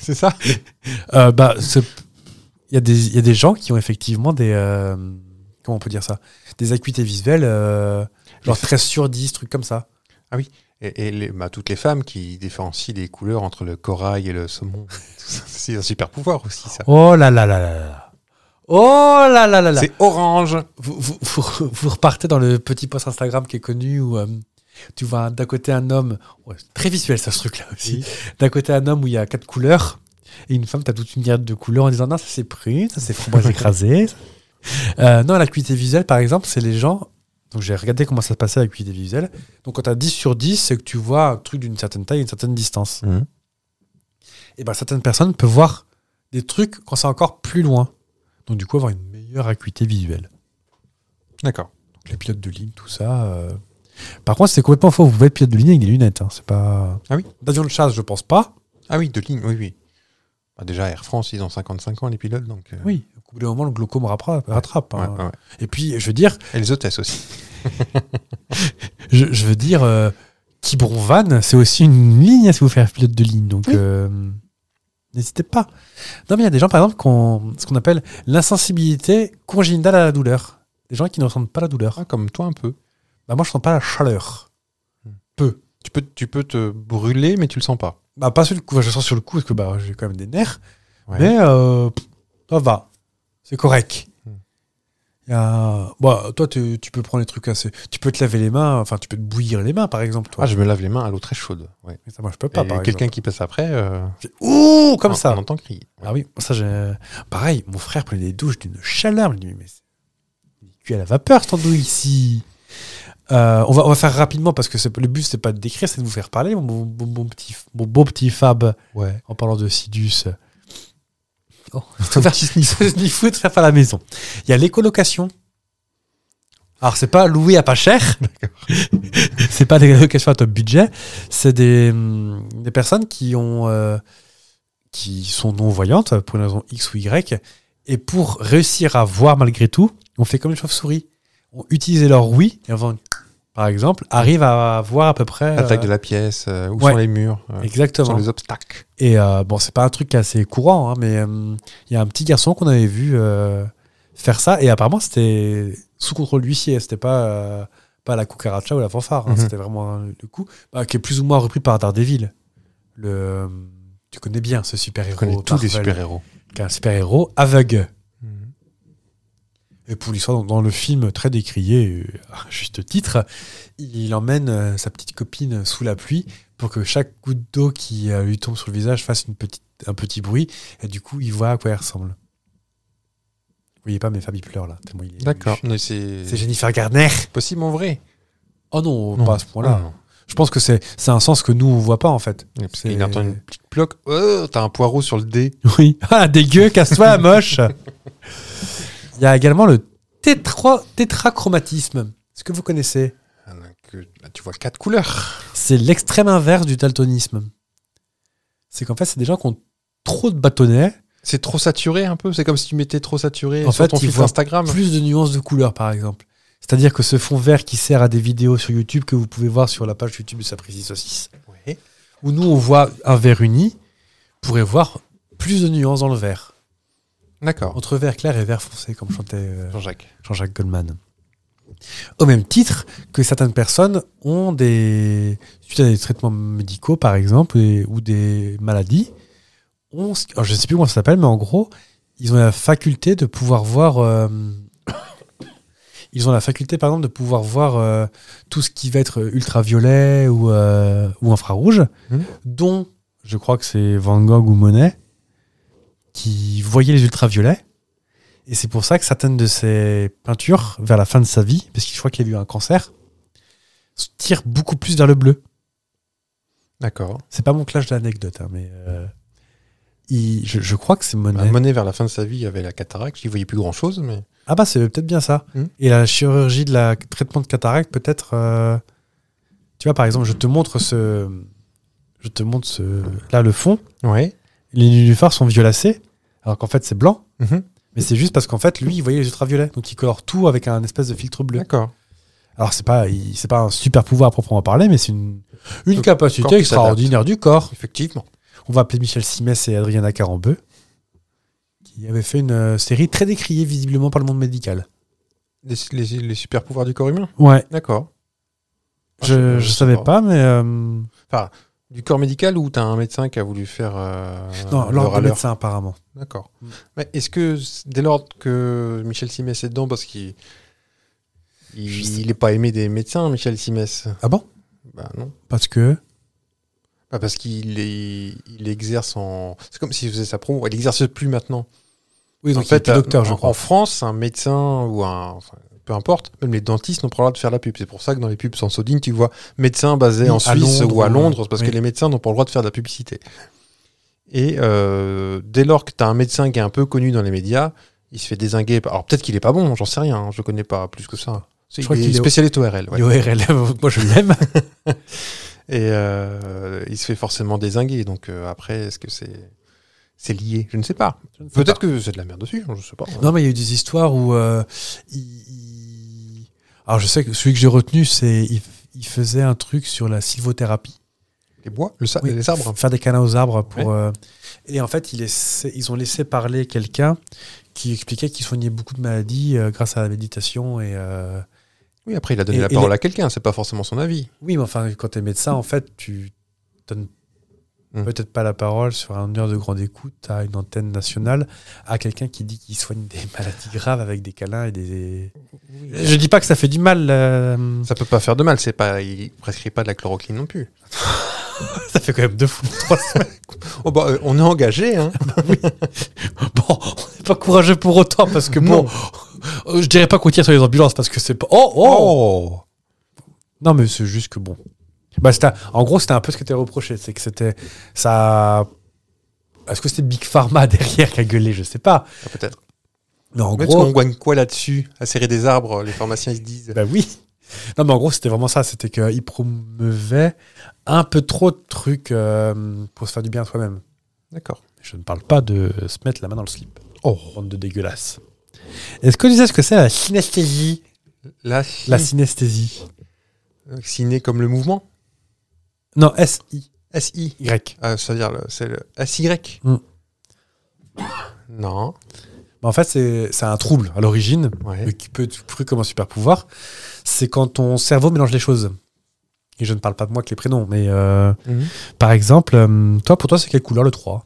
Speaker 3: C'est ça
Speaker 2: Euh, Bah, c'est- il y, a des- il y a des gens qui ont effectivement des. euh, comment on peut dire ça Des acuités visuelles, euh, genre 13 sur 10, trucs comme ça.
Speaker 3: Et, et les- bah, toutes les femmes qui différencient les couleurs entre le corail et le saumon. [LAUGHS] C'est un super pouvoir aussi, ça.
Speaker 2: Oh là là là là là Oh là là là là
Speaker 3: C'est orange.
Speaker 2: vous, vous, [LAUGHS] vous- vous repartez dans le petit post Instagram qui est connu où euh, tu vois un- d'un côté un homme, ouais, c'est très visuel ça ce truc-là aussi,
Speaker 3: Oui.
Speaker 2: d'un côté un homme où il y a quatre couleurs et une femme, tu as toute une myriade de couleurs en disant non, ça c'est pris, ça c'est framboise écrasée. Euh, non, l'acuité visuelle par exemple, c'est les gens. Donc j'ai regardé comment ça se passait l'acuité visuelle. Donc quand tu as 10 sur 10, c'est que tu vois un truc d'une certaine taille et une certaine distance.
Speaker 3: Mhm.
Speaker 2: Et ben certaines personnes peuvent voir des trucs quand c'est encore plus loin. Donc du coup avoir une meilleure acuité visuelle
Speaker 3: D'accord.
Speaker 2: les pilotes de ligne, tout ça. euh. Par contre, c'est complètement faux. Vous pouvez être pilote de ligne avec des lunettes. hein, C'est pas.
Speaker 3: Ah oui
Speaker 2: D'avion de chasse, je pense pas.
Speaker 3: Ah oui, de ligne, oui, oui. Bah, déjà, Air France, ils ont 55 ans, les pilotes, donc. euh,
Speaker 2: Oui. Au bout d'un moment, le glaucome rattrape. rattrape,
Speaker 3: ouais,
Speaker 2: hein.
Speaker 3: ouais, ouais.
Speaker 2: Et puis, je veux dire,
Speaker 3: Et les hôtesses aussi. [LAUGHS]
Speaker 2: je, je veux dire, euh, Quiberon Van, c'est aussi une ligne à si vous faire pilote de ligne. Donc, euh, n'hésitez pas. Non, mais il y a des gens, par exemple, qui ont ce qu'on appelle l'insensibilité congénitale à la douleur. Des gens qui ne ressentent pas la douleur.
Speaker 3: Ah, comme toi un peu.
Speaker 2: Bah, moi, je ne sens pas la chaleur.
Speaker 3: Tu peux, tu peux te brûler, mais tu le sens pas.
Speaker 2: Bah, pas sur le coup. Enfin, Je sens sur le coup parce que bah, j'ai quand même des nerfs.
Speaker 3: Ouais.
Speaker 2: Mais euh, pff, ça va. C'est correct.
Speaker 3: Hmm.
Speaker 2: Il y a- Bon, toi, tu, tu peux prendre les trucs assez. Tu peux te laver les mains, enfin, tu peux te bouillir les mains, par exemple. Toi.
Speaker 3: Ah, je me lave les mains à l'eau très chaude. Ouais.
Speaker 2: Mais ça, moi, je peux pas.
Speaker 3: Et
Speaker 2: par
Speaker 3: quelqu'un
Speaker 2: exemple.
Speaker 3: qui passe après, euh,
Speaker 2: Ouh, comme
Speaker 3: on-
Speaker 2: ça.
Speaker 3: on entend crier.
Speaker 2: Ah oui, ça, j'ai. Pareil, mon frère prenait des douches d'une chaleur. mais- mais c'est cuit à la vapeur, cette andouille, ici. Euh, on, va, on va faire rapidement parce que c'est- le but, c'est pas de décrire, c'est de vous faire parler, mon bon, bon- bon petit, mon beau petit Fab,
Speaker 3: Ouais.
Speaker 2: en parlant de Sidus. euh, [LAUGHS] Oh, sniffou de faire pas la maison. Il y a les colocations. Alors, c'est pas loué à pas [LAUGHS] cher. c'est pas des locations à top budget. C'est des, hum, des personnes qui ont euh, qui sont non-voyantes pour une raison X ou Y. Et pour réussir à voir malgré tout, on fait comme une chauve-souris. On utilise leur oui et on va- par exemple, arrive à voir à peu près.
Speaker 3: La taille
Speaker 2: euh,
Speaker 3: de la pièce, euh, où
Speaker 2: ouais.
Speaker 3: sont les murs, euh, où
Speaker 2: Exactement.
Speaker 3: sont les obstacles.
Speaker 2: Et euh, bon, c'est pas un truc assez courant, hein, mais euh, il y a un petit garçon qu'on avait vu euh, faire ça, et apparemment c'était sous contrôle d'huissier, c'était pas, euh, pas la cucaracha ou la fanfare, hein,
Speaker 3: Mhm.
Speaker 2: c'était vraiment un- le coup, bah, qui est plus ou moins repris par Daredevil. Le, euh, tu connais bien ce
Speaker 3: Je connais
Speaker 2: super-héros,
Speaker 3: tous les
Speaker 2: Marvel,
Speaker 3: super-héros.
Speaker 2: qui est un super-héros aveugle.
Speaker 3: Mmh.
Speaker 2: Et pour l'histoire, dans- dans le film très décrié, euh, [LAUGHS] à juste titre, il emmène euh, sa petite copine sous la pluie pour que chaque goutte d'eau qui euh, lui tombe sur le visage fasse une petite, un petit bruit. Et du coup, il voit à quoi elle ressemble. Vous voyez pas, mais Fabi pleure là. tellement il est-
Speaker 3: D'accord. Mais C'est
Speaker 2: C'est Jennifer Garner.
Speaker 3: possible en vrai.
Speaker 2: Oh non,
Speaker 3: Non.
Speaker 2: pas à ce
Speaker 3: Ah,
Speaker 2: point-là.
Speaker 3: non.
Speaker 2: Je pense que c'est c'est un sens que nous, on voit pas en fait.
Speaker 3: Et puis,
Speaker 2: C'est-
Speaker 3: Il entend une petite ploque. Oh, t'as un poireau sur le dé.
Speaker 2: [LAUGHS] Oui. Ah, dégueu, [LAUGHS] casse-toi, moche. Il y a également le tétra- tétrachromatisme. Est-ce que vous connaissez
Speaker 3: Ah, non, que- là, tu vois quatre couleurs.
Speaker 2: C'est l'extrême inverse du daltonisme. C'est qu'en fait, c'est des gens qui ont trop de bâtonnets,
Speaker 3: C'est trop saturé un peu. C'est comme si tu mettais trop saturé
Speaker 2: En
Speaker 3: sur
Speaker 2: fait,
Speaker 3: ton
Speaker 2: il
Speaker 3: fil
Speaker 2: voit
Speaker 3: Instagram.
Speaker 2: plus de nuances de couleurs, par exemple. C'est-à-dire que ce fond vert qui sert à des vidéos sur YouTube que vous pouvez voir sur la page YouTube de sa précise saucisse,
Speaker 3: Ouais.
Speaker 2: où nous on voit un vert uni, pourrait voir plus de nuances dans le vert.
Speaker 3: D'accord.
Speaker 2: Entre vert clair et vert foncé, comme chantait euh,
Speaker 3: Jean-Jacques.
Speaker 2: Jean-Jacques Goldman. Au même titre que certaines personnes ont des, suite à des traitements médicaux par exemple, et- ou des maladies, ont, ce- alors, je ne sais plus comment ça s'appelle, mais en gros, ils ont la faculté de pouvoir voir, euh, ils ont la faculté par exemple de pouvoir voir euh, tout ce qui va être ultraviolet ou, euh, ou infrarouge,
Speaker 3: Mhm.
Speaker 2: dont je crois que c'est Van Gogh ou Monet qui voyaient les ultraviolets. Et c'est pour ça que certaines de ses peintures, vers la fin de sa vie, parce que je crois qu'il a eu un cancer, se tirent beaucoup plus vers le bleu.
Speaker 3: D'accord.
Speaker 2: C'est pas mon clash d'anecdote, hein, mais euh, il- je, je crois que c'est Monet.
Speaker 3: Bah, Monet, vers la fin de sa vie, avait la cataracte. Il voyait plus grand-chose, mais
Speaker 2: Ah bah c'est peut-être bien ça.
Speaker 3: Mhm.
Speaker 2: Et la chirurgie de la traitement de cataracte peut-être. euh, tu vois par exemple, je te montre ce, je te montre ce, là le fond.
Speaker 3: ouais.
Speaker 2: Les nénuphars sont violacés, alors qu'en fait c'est blanc.
Speaker 3: Mhm.
Speaker 2: Mais c'est juste parce qu'en fait lui il voyait les ultraviolets, donc il colore tout avec un espèce de filtre bleu.
Speaker 3: D'accord.
Speaker 2: Alors c'est pas il- c'est pas un super pouvoir à proprement parler, mais c'est une une
Speaker 3: Le corps
Speaker 2: capacité
Speaker 3: qui
Speaker 2: extraordinaire du corps.
Speaker 3: Effectivement.
Speaker 2: On va appeler Michel Simès et Adriana Carambeu, qui avaient fait une euh, série très décriée visiblement par le monde médical.
Speaker 3: Les, les- les super pouvoirs du corps humain.
Speaker 2: Ouais,
Speaker 3: D'accord. Ah,
Speaker 2: je, je
Speaker 3: sais
Speaker 2: savais pas, mais euh,
Speaker 3: Du corps médical ou t'as un médecin qui a voulu faire euh,
Speaker 2: non,
Speaker 3: le
Speaker 2: l'ordre de
Speaker 3: râleur
Speaker 2: médecin apparemment.
Speaker 3: D'accord.
Speaker 2: Mm.
Speaker 3: Mais est-ce que c- dès lors que Michel Simès est dedans, parce qu'il
Speaker 2: Je
Speaker 3: il
Speaker 2: sais
Speaker 3: il est pas aimé des médecins, Michel Simès
Speaker 2: Ah bon
Speaker 3: Bah non.
Speaker 2: Parce que
Speaker 3: Bah, parce qu'il est- il exerce en. C'est comme s'il faisait sa promo. Il exerce plus maintenant.
Speaker 2: oui,
Speaker 3: en
Speaker 2: donc
Speaker 3: fait, euh,
Speaker 2: il était docteur,
Speaker 3: en,
Speaker 2: je crois.
Speaker 3: en France, un médecin ou un. enfin, peu importe, même les dentistes n'ont pas le droit de faire la pub. C'est pour ça que dans les pubs sans soudine, tu vois médecin basé
Speaker 2: Oui,
Speaker 3: en
Speaker 2: à
Speaker 3: Suisse
Speaker 2: Londres,
Speaker 3: ou à
Speaker 2: ou-
Speaker 3: Londres, c'est parce
Speaker 2: oui.
Speaker 3: que les médecins n'ont pas le droit de faire de la publicité. Et euh, dès lors que tu as un médecin qui est un peu connu dans les médias, il se fait désinguer. par- Alors peut-être qu'il est pas bon, j'en sais rien, hein, je connais pas plus que ça. C'est,
Speaker 2: Je crois
Speaker 3: il
Speaker 2: qu'il
Speaker 3: est
Speaker 2: est au-
Speaker 3: spécialiste ORL. ouais.
Speaker 2: L'ORL, [LAUGHS] moi je
Speaker 3: [LAUGHS]
Speaker 2: l'aime.
Speaker 3: Et euh, il se fait forcément désinguer. Donc euh, après, est-ce que c'est, c'est lié Je ne sais pas. Peut-être que c'est de la merde dessus, hein, je ne sais pas.
Speaker 2: Non, mais il y a eu des histoires où. euh, il- il- Alors, je sais que celui que j'ai retenu, c'est. Il, il faisait un truc sur la sylvothérapie.
Speaker 3: Les bois, le sa-
Speaker 2: Oui,
Speaker 3: les arbres.
Speaker 2: f- Faire des canaux aux arbres pour.
Speaker 3: Ouais.
Speaker 2: euh, Et en fait, il laissait- ils ont laissé parler quelqu'un qui expliquait qu'il soignait beaucoup de maladies euh, grâce à la méditation et. euh,
Speaker 3: Oui, après, il a donné
Speaker 2: Et-
Speaker 3: la
Speaker 2: et
Speaker 3: parole
Speaker 2: la-
Speaker 3: à quelqu'un, c'est pas forcément son avis.
Speaker 2: Oui, mais enfin, quand t'es médecin, en fait, tu donnes
Speaker 3: Mm.
Speaker 2: peut-être pas la parole sur un heure de grande écoute à une antenne nationale à quelqu'un qui dit qu'il soigne des [LAUGHS] maladies graves avec des câlins et des. Je dis pas que ça fait du mal. euh,
Speaker 3: Ça peut pas faire de mal, c'est pas, il prescrit pas de la chloroquine non plus.
Speaker 2: Ça fait quand même deux fois trois semaines.
Speaker 3: Oh bah, euh, on est
Speaker 2: [LAUGHS]
Speaker 3: engagé, hein.
Speaker 2: Bon, on n'est pas courageux pour autant parce que bon, [LAUGHS] Euh, Je dirais pas qu'on tire sur les ambulances parce que c'est pas. Oh, oh,
Speaker 3: Oh
Speaker 2: Non, mais c'est juste que bon. Bah, c'était- en gros, c'était un peu ce qui était reproché. C'est que c'était. Ça. Est-ce que c'était Big Pharma [LAUGHS] derrière qui a gueulé Je sais pas.
Speaker 3: Ah, Peut-être.
Speaker 2: Mais en
Speaker 3: Même si
Speaker 2: gros.
Speaker 3: on gagne quoi là-dessus À serrer des arbres, les pharmaciens ils se disent.
Speaker 2: Bah oui. Non, mais en gros, c'était vraiment ça. C'était qu'il promeuvait un peu trop de trucs euh, pour se faire du bien à soi-même.
Speaker 3: D'accord.
Speaker 2: Je ne parle pas de se mettre la main dans le slip. Oh, bande de dégueulasse. Est-ce que tu sais ce que c'est la synesthésie
Speaker 3: La,
Speaker 2: La synesthésie.
Speaker 3: ciné comme le mouvement
Speaker 2: Non, S-I-Y.
Speaker 3: SI. Ah, c'est-à-dire, le- c'est le SY.
Speaker 2: Hmm.
Speaker 3: Non.
Speaker 2: Bah, en fait, c'est c'est un trouble à l'origine,
Speaker 3: Ouais.
Speaker 2: mais qui peut être cru comme un super pouvoir. C'est quand ton cerveau mélange les choses. Et je ne parle pas de moi que les prénoms, mais euh,
Speaker 3: Mhm.
Speaker 2: par exemple, euh, toi, pour toi, c'est quelle couleur le 3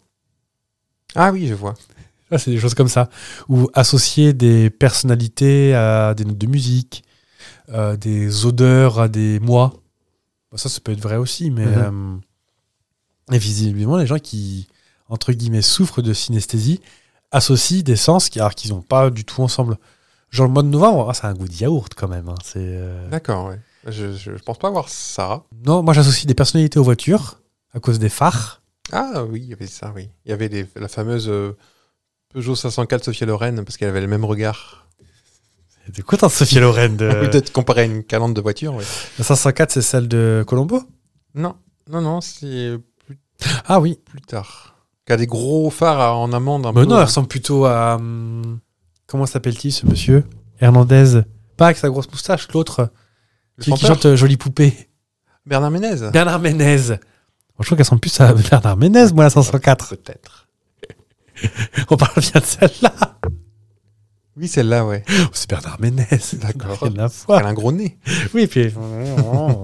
Speaker 3: Ah oui, je vois.
Speaker 2: Ah, C'est des choses comme ça. Ou associer des personnalités à des notes de musique, euh, des odeurs à des mois. Bah, Ça, ça peut être vrai aussi, mais. euh, et visiblement, les gens qui, entre guillemets, souffrent de synesthésie associent des sens qui, alors qu'ils n'ont pas du tout ensemble. Genre le mois de novembre, ah, ça a un goût de yaourt quand même. hein, c'est, euh,
Speaker 3: D'accord, ouais. Je, je, je pense pas avoir ça.
Speaker 2: Non, moi j'associe des personnalités aux voitures à cause des phares.
Speaker 3: Ah oui, il y avait ça, oui. Il y avait les- la fameuse euh, Peugeot 504 Sophie Lorraine, parce qu'elle avait le même
Speaker 2: [LAUGHS]
Speaker 3: regard.
Speaker 2: De quoi t'en Sophie Lorraine [LAUGHS]
Speaker 3: Oui,
Speaker 2: de...
Speaker 3: Peut-être comparé à une calandre de voiture, oui.
Speaker 2: La 504, c'est celle de Colombo
Speaker 3: Non, non, non, c'est plus,
Speaker 2: Ah oui.
Speaker 3: plus tard. Qui a des gros phares à- en amande un
Speaker 2: Oh, Mais
Speaker 3: peu.
Speaker 2: non, elle ressemble plutôt à. hum, Comment s'appelle-t-il ce monsieur Hernandez. Pas avec sa grosse moustache, l'autre.
Speaker 3: Le
Speaker 2: Celui qui
Speaker 3: chanteur,
Speaker 2: chante euh, Jolie Poupée.
Speaker 3: Bernard Ménez.
Speaker 2: [LAUGHS] Bernard Ménez. Bon, je trouve qu'elle ressemble plus à Bernard Ménez, moi, la 504.
Speaker 3: Peut-être.
Speaker 2: [LAUGHS] On parle bien de celle-là.
Speaker 3: Oui, celle-là, ouais.
Speaker 2: Oh, C'est Bernard [LAUGHS] Ménez.
Speaker 3: D'accord.
Speaker 2: Rien à
Speaker 3: Elle
Speaker 2: voir.
Speaker 3: a un gros nez.
Speaker 2: Oui, puis. [LAUGHS]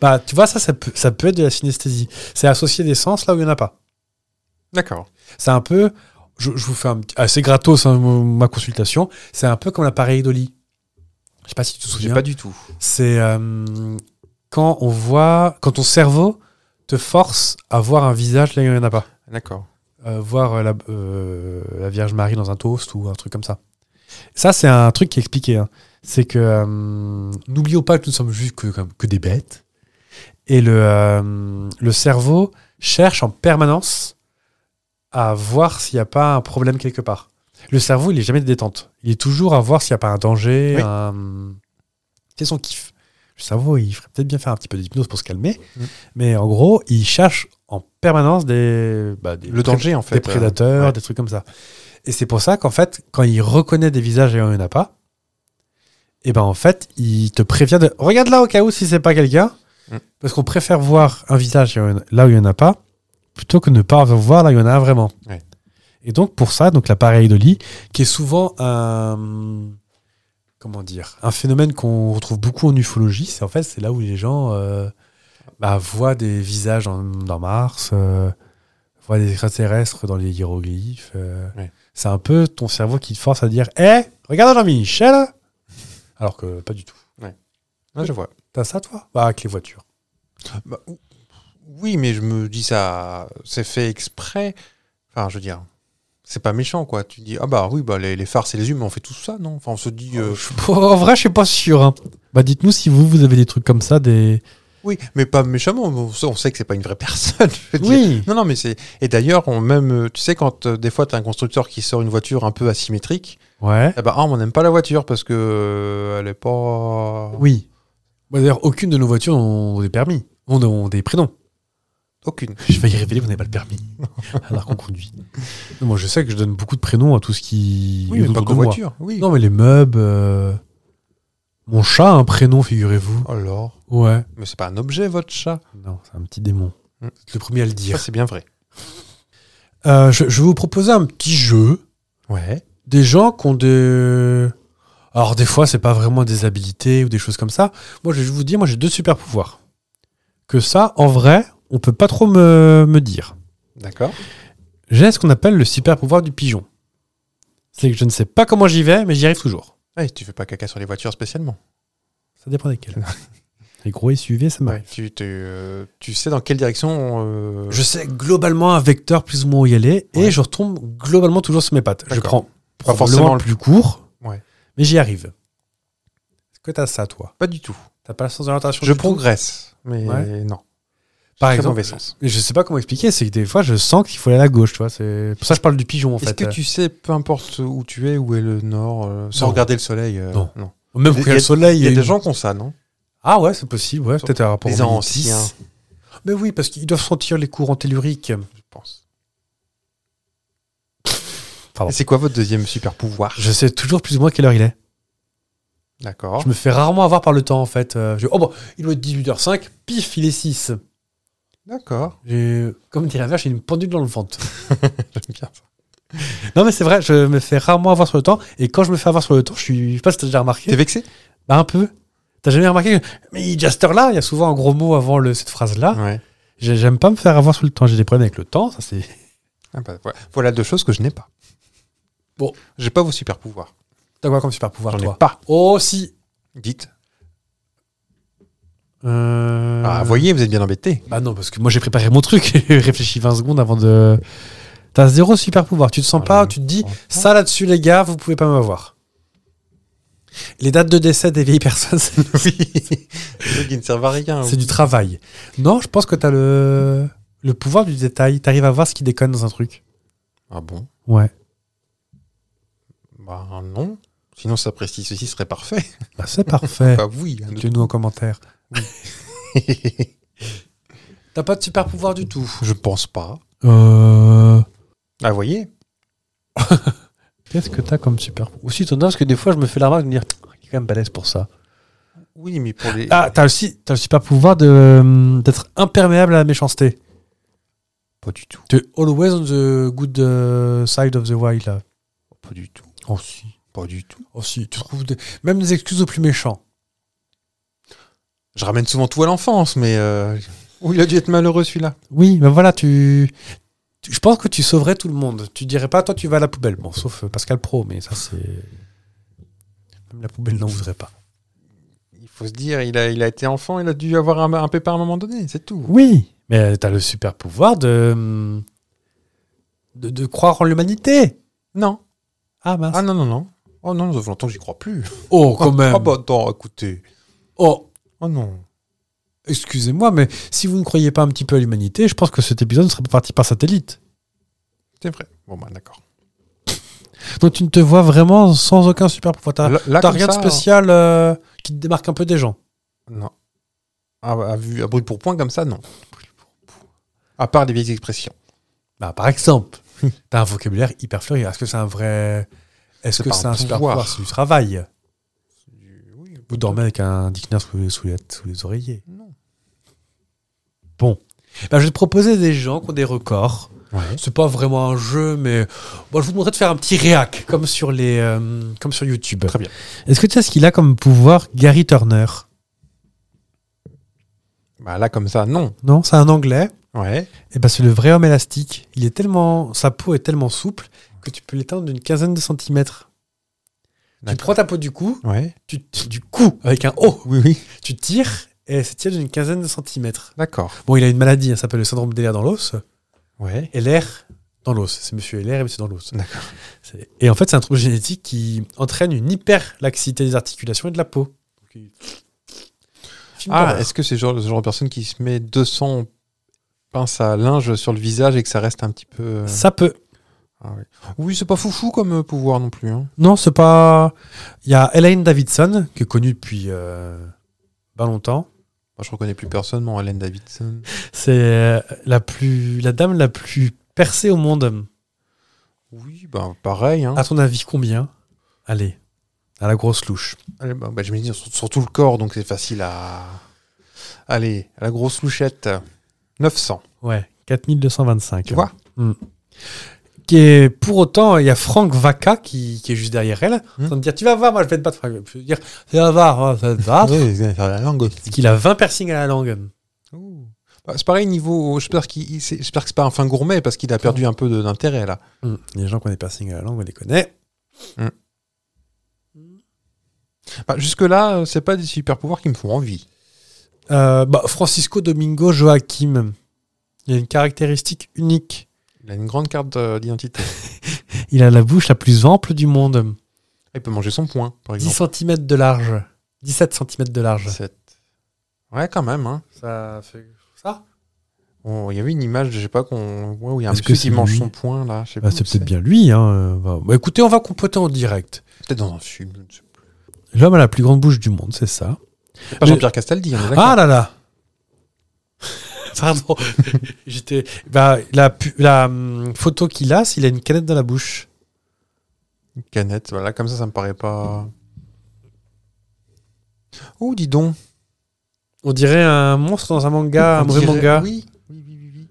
Speaker 2: bah, tu vois, ça, ça peut, ça peut être de la synesthésie. C'est associer des sens là où il n'y en a pas.
Speaker 3: D'accord.
Speaker 2: C'est un peu, je, je vous fais un petit, ah, c'est gratos hein, mo- ma consultation, c'est un peu comme l'appareil Dolly. Je sais pas si tu te
Speaker 3: J'ai
Speaker 2: souviens.
Speaker 3: pas du tout.
Speaker 2: C'est euh, quand on voit, quand ton cerveau te force à voir un visage là où il n'y en a pas.
Speaker 3: D'accord.
Speaker 2: Euh, voir euh, la, euh, la Vierge Marie dans un toast ou un truc comme ça. Ça, c'est un truc qui est expliqué. hein. C'est que euh, n'oublions pas que nous sommes juste que, comme- que des bêtes. Et le, euh, le cerveau cherche en permanence à voir s'il n'y a pas un problème quelque part. Le cerveau, il est jamais de détente. Il est toujours à voir s'il n'y a pas un danger.
Speaker 3: Oui.
Speaker 2: un- C'est son kiff. Le cerveau, il ferait peut-être bien faire un petit peu d'hypnose pour se calmer.
Speaker 3: Mm.
Speaker 2: Mais en gros, il cherche en permanence des, bah, des
Speaker 3: Le
Speaker 2: pré-
Speaker 3: danger, en fait. hein.
Speaker 2: des prédateurs,
Speaker 3: ouais.
Speaker 2: des trucs comme ça. Et c'est pour ça qu'en fait, quand il reconnaît des visages et il n'y en a pas, et ben en fait, il te prévient de regarde là au cas où si c'est pas quelqu'un,
Speaker 3: Mm.
Speaker 2: parce qu'on préfère voir un visage et un- là où il n'y en a pas, plutôt que ne pas voir là où il y en a un vraiment.
Speaker 3: Ouais.
Speaker 2: Et donc pour ça, donc l'appareil de lit, qui est souvent un comment dire, un phénomène qu'on retrouve beaucoup en ufologie, c'est en fait c'est là où les gens euh, bah, voient des visages en- dans Mars, euh, voient des extraterrestres dans les hiéroglyphes. euh.
Speaker 3: Ouais.
Speaker 2: C'est un peu ton cerveau qui te force à dire, hé, regarde Jean-Michel, alors que pas du tout.
Speaker 3: Ah, je vois.
Speaker 2: T'as ça toi Bah avec les voitures.
Speaker 3: Bah, ou- oui, mais je me dis ça, c'est fait exprès. Enfin, je veux dire, c'est pas méchant, quoi. Tu dis, ah bah oui, bah les, les phares, c'est les humains, on fait tout ça, non Enfin, on se
Speaker 2: Ah
Speaker 3: dit, euh,
Speaker 2: [LAUGHS] en vrai, je suis pas sûr. hein. Bah dites-nous si vous vous avez des trucs comme ça, des.
Speaker 3: oui, mais pas méchamment. On sait- on sait que c'est pas une vraie [LAUGHS] personne. je veux dire.
Speaker 2: Oui.
Speaker 3: Non, non, mais c'est. Et d'ailleurs, on même, euh, tu sais, quand euh, des fois t'as un constructeur qui sort une voiture un peu asymétrique,
Speaker 2: Ouais.
Speaker 3: ah bah ah, on n'aime pas la voiture parce que euh, elle est pas.
Speaker 2: Oui. Bah, D'ailleurs, aucune de nos voitures ont des permis, ont- ont des prénoms. [LAUGHS]
Speaker 3: Aucune.
Speaker 2: Je vais y révéler qu'on n'a pas le permis. [LAUGHS] Alors qu'on conduit. Non, Moi, je sais que je donne beaucoup de prénoms à tout ce qui.
Speaker 3: Oui,
Speaker 2: est
Speaker 3: mais pas
Speaker 2: autour
Speaker 3: qu'aux
Speaker 2: de moi.
Speaker 3: voitures. Oui.
Speaker 2: Non, mais les meubles. euh, Mon chat a un prénom, figurez-vous.
Speaker 3: Alors,
Speaker 2: Ouais.
Speaker 3: mais c'est pas un objet, votre chat.
Speaker 2: Non, c'est un petit démon.
Speaker 3: Mm.
Speaker 2: C'est le premier à le
Speaker 3: Ça,
Speaker 2: dire.
Speaker 3: c'est bien vrai.
Speaker 2: Euh, je, je vais vous proposer un petit jeu.
Speaker 3: Ouais.
Speaker 2: Des gens qui ont des. Alors, des fois, c'est pas vraiment des habilités ou des choses comme ça. Moi, je vais vous dire, moi, j'ai deux super pouvoirs. Que ça, en vrai, on peut pas trop me, me dire.
Speaker 3: D'accord.
Speaker 2: J'ai ce qu'on appelle le super pouvoir du pigeon. C'est que je ne sais pas comment j'y vais, mais j'y arrive toujours.
Speaker 3: Ouais, tu fais pas caca sur les voitures spécialement.
Speaker 2: Ça dépend
Speaker 3: [LAUGHS]
Speaker 2: desquels. Les gros SUV, ça m'arrive.
Speaker 3: Ouais, tu, tu, euh, tu sais dans quelle direction euh,
Speaker 2: Je sais globalement un vecteur plus ou moins où y aller, et
Speaker 3: Ouais.
Speaker 2: je retombe globalement toujours sur mes pattes. Je
Speaker 3: D'accord.
Speaker 2: prends
Speaker 3: Pas
Speaker 2: probablement
Speaker 3: forcément
Speaker 2: le plus court,
Speaker 3: Ouais.
Speaker 2: Mais j'y arrive. Est-ce que t'as ça, toi
Speaker 3: Pas du tout.
Speaker 2: T'as pas le sens de l'orientation
Speaker 3: Je
Speaker 2: du tout
Speaker 3: progresse, mais
Speaker 2: Ouais.
Speaker 3: non.
Speaker 2: Par
Speaker 3: Très
Speaker 2: exemple,
Speaker 3: mauvais sens.
Speaker 2: Mais Je sais pas comment expliquer, c'est que des fois, je sens qu'il faut aller à la gauche, tu vois. C'est pour ça que je parle du pigeon, en
Speaker 3: Est-ce
Speaker 2: fait.
Speaker 3: que tu sais, peu importe où tu es, où est le nord, euh, sans
Speaker 2: Non.
Speaker 3: regarder le soleil euh,
Speaker 2: Non. Même
Speaker 3: Il y
Speaker 2: quand il
Speaker 3: a-
Speaker 2: y a le soleil.
Speaker 3: Il y a
Speaker 2: une-
Speaker 3: des gens qui ont ça, non
Speaker 2: Ah ouais, c'est possible, ouais. Peut-être un rapport.
Speaker 3: Les
Speaker 2: aux
Speaker 3: anciens.
Speaker 2: métis. Mais oui, parce qu'ils doivent sentir les courants telluriques.
Speaker 3: Je pense.
Speaker 2: Pardon.
Speaker 3: Et c'est quoi votre deuxième super pouvoir
Speaker 2: Je sais toujours plus ou moins quelle heure il est.
Speaker 3: D'accord.
Speaker 2: Je me fais rarement avoir par le temps, en fait. Euh, je- Oh bon, il doit être 18h05, pif, il est 6.
Speaker 3: D'accord.
Speaker 2: J'ai- Comme dirait la mère, j'ai une pendule dans le
Speaker 3: [LAUGHS]
Speaker 2: ventre.
Speaker 3: J'aime bien ça.
Speaker 2: non, mais c'est vrai, je me fais rarement avoir sur le temps. Et quand je me fais avoir sur le temps, je suis. Je sais pas si t'as déjà remarqué.
Speaker 3: T'es vexé
Speaker 2: Bah, un peu. T'as jamais remarqué que- Mais il y a cette heure-là, il y a souvent un gros mot avant le- cette phrase-là.
Speaker 3: Ah. Ouais.
Speaker 2: J'ai- J'aime pas me faire avoir sur le temps. J'ai des problèmes avec le temps, ça c'est.
Speaker 3: Ah bah, voilà. Voilà deux choses que je n'ai pas.
Speaker 2: Bon.
Speaker 3: J'ai pas vos super pouvoirs.
Speaker 2: [LAUGHS] T'as quoi comme super pouvoir,
Speaker 3: J'en ai
Speaker 2: toi
Speaker 3: pas.
Speaker 2: Oh si
Speaker 3: Dites.
Speaker 2: Euh,
Speaker 3: Ah, voyez, vous êtes bien embêté.
Speaker 2: Bah non, parce que moi j'ai préparé mon truc, [LAUGHS] j'ai réfléchi 20 secondes avant de. T'as zéro super pouvoir, tu te sens
Speaker 3: Ah,
Speaker 2: pas,
Speaker 3: j'en
Speaker 2: tu te dis,
Speaker 3: comprends pas.
Speaker 2: ça là-dessus les gars, vous pouvez pas m'avoir. Les dates de décès des vieilles [LAUGHS] personnes, c'est-
Speaker 3: oui. Les trucs qui ne servent à
Speaker 2: [LAUGHS]
Speaker 3: rien.
Speaker 2: c'est du travail. Non, je pense que t'as le... le pouvoir du détail, t'arrives à voir ce qui déconne dans un truc.
Speaker 3: Ah bon
Speaker 2: Ouais.
Speaker 3: Bah non. Sinon, ça précise ceci serait [LAUGHS] parfait.
Speaker 2: Bah c'est parfait.
Speaker 3: Bah oui. hein, de-
Speaker 2: Dites-nous en commentaire. T'as pas de super pouvoir du tout.
Speaker 3: [LAUGHS] je pense pas.
Speaker 2: Euh...
Speaker 3: Ah, voyez
Speaker 2: Qu'est-ce que t'as comme super pouvoir Aussi, t'en as, parce que des fois, je me fais la remarque de me dire, il est quand même balèze pour ça.
Speaker 3: Oui, mais pour les.
Speaker 2: Ah, t'as aussi t'as le super pouvoir de, hum, d'être imperméable à la méchanceté.
Speaker 3: Pas du tout.
Speaker 2: Tu es always on the good euh, side of the wild. Là.
Speaker 3: Pas du tout.
Speaker 2: Oh si.
Speaker 3: Pas du tout.
Speaker 2: Oh si, tu trouves des- même des excuses aux plus méchants.
Speaker 3: Je ramène souvent tout à l'enfance, mais. euh, Oh, il a dû être malheureux celui-là.
Speaker 2: Oui, mais voilà, tu... tu- Je pense que tu sauverais tout le monde. Tu dirais pas, toi, tu vas à la poubelle. Bon, sauf euh, Pascal Pro, mais ça, c'est... Même la poubelle n'en voudrait pas.
Speaker 3: Il faut se dire, il a, il a été enfant, il a dû avoir un, un pépin à un moment donné, c'est tout.
Speaker 2: Oui, mais euh, t'as le super pouvoir de... De, de croire en l'humanité.
Speaker 3: Non.
Speaker 2: Ah mince.
Speaker 3: Ah non, non, non. Oh non, ça fait longtemps que j'y crois plus.
Speaker 2: oh, quand même.
Speaker 3: [LAUGHS] Ah bah attends, écoutez.
Speaker 2: Oh,
Speaker 3: Oh non.
Speaker 2: Excusez-moi, mais si vous ne croyez pas un petit peu à l'humanité, je pense que cet épisode serait parti par satellite.
Speaker 3: C'est vrai. Bon bah d'accord.
Speaker 2: Donc tu ne te vois vraiment sans aucun super pouvoir. T'as
Speaker 3: Là- là,
Speaker 2: t'as
Speaker 3: comme
Speaker 2: rien de
Speaker 3: ça, hein.
Speaker 2: spécial euh, qui te démarque un peu des gens.
Speaker 3: Non. Ah, bah, à, vue, à bruit pour point comme ça, non. À part les vieilles expressions.
Speaker 2: Bah, par
Speaker 3: [LAUGHS]
Speaker 2: exemple, t'as un vocabulaire hyper fleuri. Est-ce que c'est un vrai... Est-ce
Speaker 3: C'est
Speaker 2: que
Speaker 3: pas
Speaker 2: c'est
Speaker 3: un
Speaker 2: un super
Speaker 3: pouvoir.
Speaker 2: pouvoir C'est du travail.
Speaker 3: Oui,
Speaker 2: Vous dormez avec un dictionnaire sous les, sous les- sous les oreillers.
Speaker 3: Non.
Speaker 2: Bon. Bah, je vais te proposer des gens qui ont des records.
Speaker 3: Ouais.
Speaker 2: C'est pas vraiment un jeu, mais bon, je vous demanderai de faire un petit réac, comme sur, les, euh, comme sur YouTube.
Speaker 3: Très bien.
Speaker 2: Est-ce que tu sais ce qu'il a comme pouvoir Gary Turner
Speaker 3: Bah là comme ça, non.
Speaker 2: Non, c'est un anglais.
Speaker 3: Ouais.
Speaker 2: Et ben c'est le vrai homme élastique. Il est tellement, sa peau est tellement souple que tu peux l'étendre d'une quinzaine de centimètres. Tu
Speaker 3: D'accord.
Speaker 2: prends ta peau du cou,
Speaker 3: Ouais.
Speaker 2: tu, tu- du cou avec un O,
Speaker 3: Oui, oui.
Speaker 2: tu tires et ça tire d'une quinzaine de centimètres.
Speaker 3: D'accord.
Speaker 2: Bon, il a une maladie, hein, ça s'appelle le syndrome d'Ehlers dans l'os.
Speaker 3: Ouais.
Speaker 2: Heller dans l'os, c'est Monsieur Heller et Monsieur dans l'os.
Speaker 3: D'accord.
Speaker 2: C'est- Et en fait, c'est un trouble génétique qui entraîne une hyperlaxité des articulations et de la peau. Film
Speaker 3: Ah,
Speaker 2: d'horreur.
Speaker 3: est-ce que c'est genre, ce genre de personne qui se met 200 pinces à linge sur le visage et que ça reste un petit peu... euh,
Speaker 2: ça peut.
Speaker 3: ah oui, oui c'est pas foufou comme euh, pouvoir non plus. hein.
Speaker 2: Non, c'est pas. Il y a Elaine Davidson, qui est connue depuis euh, pas longtemps.
Speaker 3: Moi, Bah, je reconnais plus personne, mon Helen Davidson.
Speaker 2: C'est euh, la plus, la dame la plus percée au monde.
Speaker 3: Oui, bah pareil. Hein.
Speaker 2: À ton avis, combien Allez, à la grosse louche.
Speaker 3: Allez, bah, bah, je me dis, sur, sur tout le corps, donc c'est facile à... Allez, à la grosse louchette. 900.
Speaker 2: Ouais, 4225.
Speaker 3: Tu vois
Speaker 2: Hmm. Qui est, pour autant, il y a Franck Vaca qui, qui est juste derrière elle.
Speaker 3: Hmm.
Speaker 2: En train de dire Tu vas voir, moi je vais te battre. Franck. Je vais dire Ça va, hein, ça
Speaker 3: Ah. [LAUGHS]
Speaker 2: va.
Speaker 3: la langue
Speaker 2: C'est qu'il a 20 piercings à la langue.
Speaker 3: Ouh. Bah, c'est pareil niveau. J'espère qu'il- il- c'est- j'espère que c'est pas un fin gourmet parce qu'il a perdu un peu de- d'intérêt là.
Speaker 2: Hmm. Les gens qui ont des piercings à la langue, on les connaît.
Speaker 3: jusque là, Bah, euh, c'est pas des super pouvoirs qui me font envie.
Speaker 2: Euh, bah, Francisco Domingo Joaquim. Il a une caractéristique unique.
Speaker 3: Il a une grande carte euh, d'identité.
Speaker 2: Il a la bouche la plus ample du monde.
Speaker 3: Ah, Il peut manger son poing, par
Speaker 2: 10
Speaker 3: exemple.
Speaker 2: cm de large. 17 cm de large.
Speaker 3: Sept. Ouais, quand même. hein.
Speaker 2: Ça fait ça
Speaker 3: On- Il y avait une image, je sais pas, qu'on... ouais, où il y a un
Speaker 2: Est-ce
Speaker 3: monsieur
Speaker 2: que c'est
Speaker 3: qui mange
Speaker 2: lui
Speaker 3: son poing, là. je sais
Speaker 2: bah,
Speaker 3: plus
Speaker 2: C'est
Speaker 3: où
Speaker 2: peut-être bien lui. Hein. euh, bah- bah, écoutez, on va compoter en direct.
Speaker 3: Peut-être dans un film, je ne sais plus.
Speaker 2: L'homme à la plus grande bouche du monde, c'est ça.
Speaker 3: C'est Pas
Speaker 2: Mais-
Speaker 3: Jean-Pierre Castaldi, hein, on est d'accord.
Speaker 2: Ah là
Speaker 3: [LAUGHS]
Speaker 2: là Pardon. J'étais. Bah, la, pu- la hum, photo qu'il a, s'il a une canette dans la bouche.
Speaker 3: Une canette, voilà, comme ça, ça me paraît
Speaker 2: Mm.
Speaker 3: pas... Oh, dis donc
Speaker 2: On dirait un monstre dans un manga, un
Speaker 3: on
Speaker 2: mauvais
Speaker 3: dirait-
Speaker 2: manga.
Speaker 3: Oui, oui, oui, oui, oui.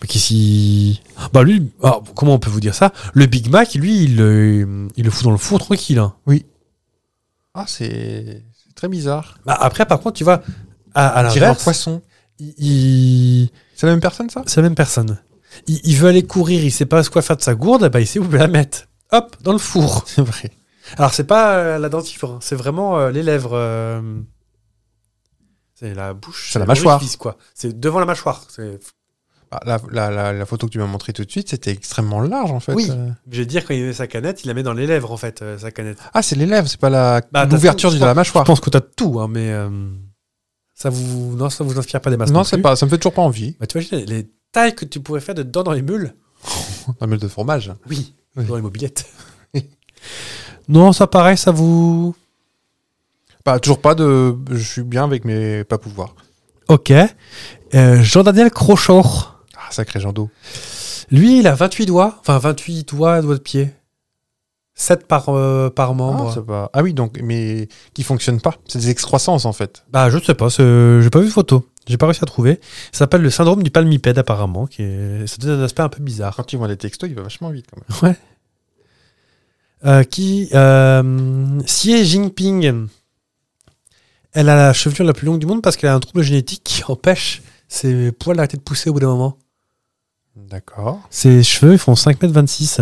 Speaker 2: Mais Qu'est-ce qu'il- Bah lui, ah, comment on peut vous dire ça Le Big Mac, lui, il, le- il le fout dans le four tranquille. hein.
Speaker 3: Ah, c'est... c'est très bizarre.
Speaker 2: Bah, après, par contre, tu vois, à, à
Speaker 3: Tirer un
Speaker 2: l'inverse,
Speaker 3: poisson.
Speaker 2: il- il-
Speaker 3: C'est la même personne, ça
Speaker 2: c'est la même personne. Il, il veut aller courir, il sait pas quoi faire de sa gourde, bah il sait où la mettre. Hop, dans le four.
Speaker 3: [LAUGHS] C'est vrai.
Speaker 2: Alors c'est pas euh, la dentifrice, hein, c'est vraiment euh, les lèvres. euh, c'est la bouche.
Speaker 3: C'est la
Speaker 2: l'orifice,
Speaker 3: mâchoire.
Speaker 2: quoi. C'est devant la mâchoire. c'est-
Speaker 3: Ah, la, la- la- la photo que tu m'as montrée tout de suite, c'était extrêmement large, en fait.
Speaker 2: Oui.
Speaker 3: Euh,
Speaker 2: Je veux dire, quand il met sa canette, il la met dans les lèvres en fait, euh, sa canette.
Speaker 3: Ah, c'est les lèvres, c'est pas la...
Speaker 2: Bah, t'as
Speaker 3: l'ouverture
Speaker 2: tout,
Speaker 3: de
Speaker 2: je
Speaker 3: la mâchoire.
Speaker 2: Je pense que t'as tout, hein, mais euh, ça vous non, ça vous inspire pas des masses.
Speaker 3: Non, c'est
Speaker 2: plus.
Speaker 3: pas, ça me fait toujours pas envie.
Speaker 2: Bah, tu imagines les tailles que tu pourrais faire de dents dans les mules
Speaker 3: Un hein, meule de fromage.
Speaker 2: Oui,
Speaker 3: Oui.
Speaker 2: dans les mobilettes. [LAUGHS] non, ça paraît, ça vous.
Speaker 3: Pas, toujours pas de. Je suis bien avec mes pas pouvoirs.
Speaker 2: Ok. Euh, Jean-Daniel Crochor.
Speaker 3: Ah, sacré Jando.
Speaker 2: Lui, il a 28 doigts, enfin 28 doigts, doigts de pied. 7 par, euh, par membre.
Speaker 3: Ah, c'est pas- ah oui, donc, mais qui fonctionnent pas. C'est des excroissances, en fait.
Speaker 2: Bah, je sais pas, c'est- j'ai pas vu de photo. J'ai pas réussi à trouver. Ça s'appelle le syndrome du palmipède, apparemment. Qui est... Ça donne un aspect un peu bizarre.
Speaker 3: Quand ils voient les textos, il va vachement vite, quand même.
Speaker 2: Ouais. Euh, qui. Euh, Xi Jinping. Elle a la chevelure la plus longue du monde parce qu'elle a un trouble génétique qui empêche ses poils d'arrêter de pousser au bout d'un moment.
Speaker 3: D'accord.
Speaker 2: Ses cheveux, ils font 5m26.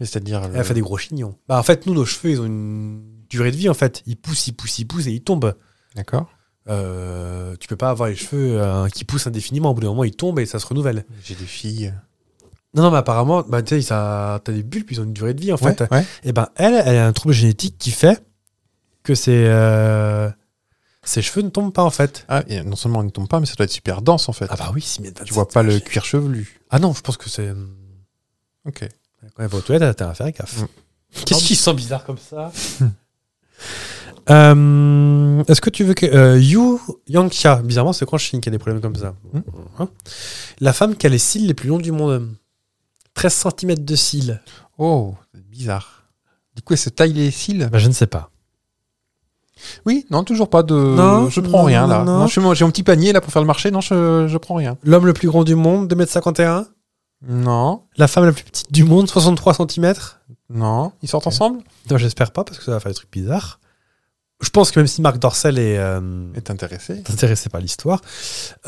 Speaker 3: Mais c'est-à-dire. le-
Speaker 2: Elle fait des gros chignons. Bah, en fait, nous, nos cheveux, ils ont une durée de vie, en fait. Ils poussent, ils poussent, ils poussent et ils tombent.
Speaker 3: D'accord.
Speaker 2: Euh, tu peux pas avoir les cheveux euh, qui poussent indéfiniment. Au bout d'un moment, ils tombent et ça se renouvelle.
Speaker 3: J'ai des filles.
Speaker 2: Non, non, mais apparemment, bah, tu sais, ça- t'as des bulbes, ils ont une durée de vie, en fait.
Speaker 3: Ouais, ouais.
Speaker 2: Et ben, elle, elle a un trouble génétique qui fait que ses, euh, ses cheveux ne tombent pas, en fait.
Speaker 3: Ah, et non seulement elles ne tombent pas, mais ça doit être super dense, en fait.
Speaker 2: Ah, bah oui, 6m27.
Speaker 3: tu vois pas le cuir chevelu.
Speaker 2: Ah non, je pense que c'est.
Speaker 3: Ok.
Speaker 2: Quand elle va aux toilettes, t'as à faire gaffe.
Speaker 3: Mm.
Speaker 2: Qu'est-ce qui sent bizarre comme ça Euh, Est-ce que tu veux que. euh, Yu Yangxia, bizarrement, c'est qu'en Chine qu'il y a des problèmes comme ça.
Speaker 3: Mm.
Speaker 2: Hein La femme qui a les cils les plus longs du monde. 13 cm de cils.
Speaker 3: Oh, c'est bizarre. Du coup, elle se taille les cils.
Speaker 2: Bah, je ne sais pas.
Speaker 3: Oui, non, toujours pas de.
Speaker 2: Non,
Speaker 3: je prends
Speaker 2: non,
Speaker 3: rien, là.
Speaker 2: non.
Speaker 3: Non, je suis- j'ai mon petit panier, là, pour faire le marché. Non, je, je prends rien.
Speaker 2: L'homme le plus grand du monde, 2m51.
Speaker 3: Non,
Speaker 2: La femme la plus petite du monde, 63 cm.
Speaker 3: non. Ils sortent
Speaker 2: Ok.
Speaker 3: ensemble
Speaker 2: Non, j'espère pas, parce que ça va faire des trucs bizarres. Je pense que même si Marc Dorcel est. euh,
Speaker 3: est intéressé.
Speaker 2: intéressé par l'histoire.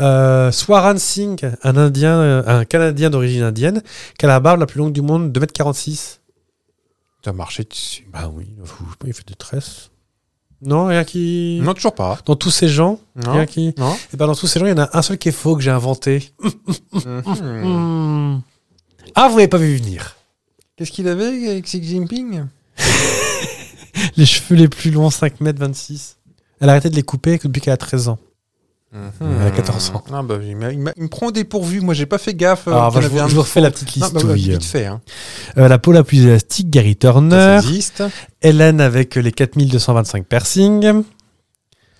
Speaker 2: Euh, Swaran Singh, un, indien, euh, un Canadien d'origine indienne, qui a la barbe la plus longue du monde, 2m46.
Speaker 3: Tu as marché dessus.
Speaker 2: Bah oui, il fait des tresses. Non, rien qui.
Speaker 3: Non, toujours pas.
Speaker 2: Dans tous ces gens,
Speaker 3: Non.
Speaker 2: rien qui.
Speaker 3: Non.
Speaker 2: Eh ben, dans tous ces gens, il y en a un seul qui est faux que j'ai inventé.
Speaker 3: Mhm.
Speaker 2: Hmm. Ah, vous m'avez pas vu venir.
Speaker 3: Qu'est-ce qu'il avait avec Xi Jinping
Speaker 2: Les cheveux les plus longs, 5m26. Elle a arrêté de les couper depuis qu'elle a 13 ans.
Speaker 3: Mhm.
Speaker 2: à 14 ans.
Speaker 3: Ah bah, il, m'a- il m'a- il me prend au dépourvu. Moi, j'ai pas fait gaffe. euh,
Speaker 2: Alors,
Speaker 3: qu'il
Speaker 2: bah, je,
Speaker 3: avait
Speaker 2: vous,
Speaker 3: un
Speaker 2: je vous refais la petite
Speaker 3: petit- Non, bah, bah,
Speaker 2: listouille.
Speaker 3: vite fait. hein.
Speaker 2: Euh, la peau la plus élastique, Gary
Speaker 3: Ça,
Speaker 2: Turner.
Speaker 3: ça existe.
Speaker 2: Hélène avec les 4225 piercings.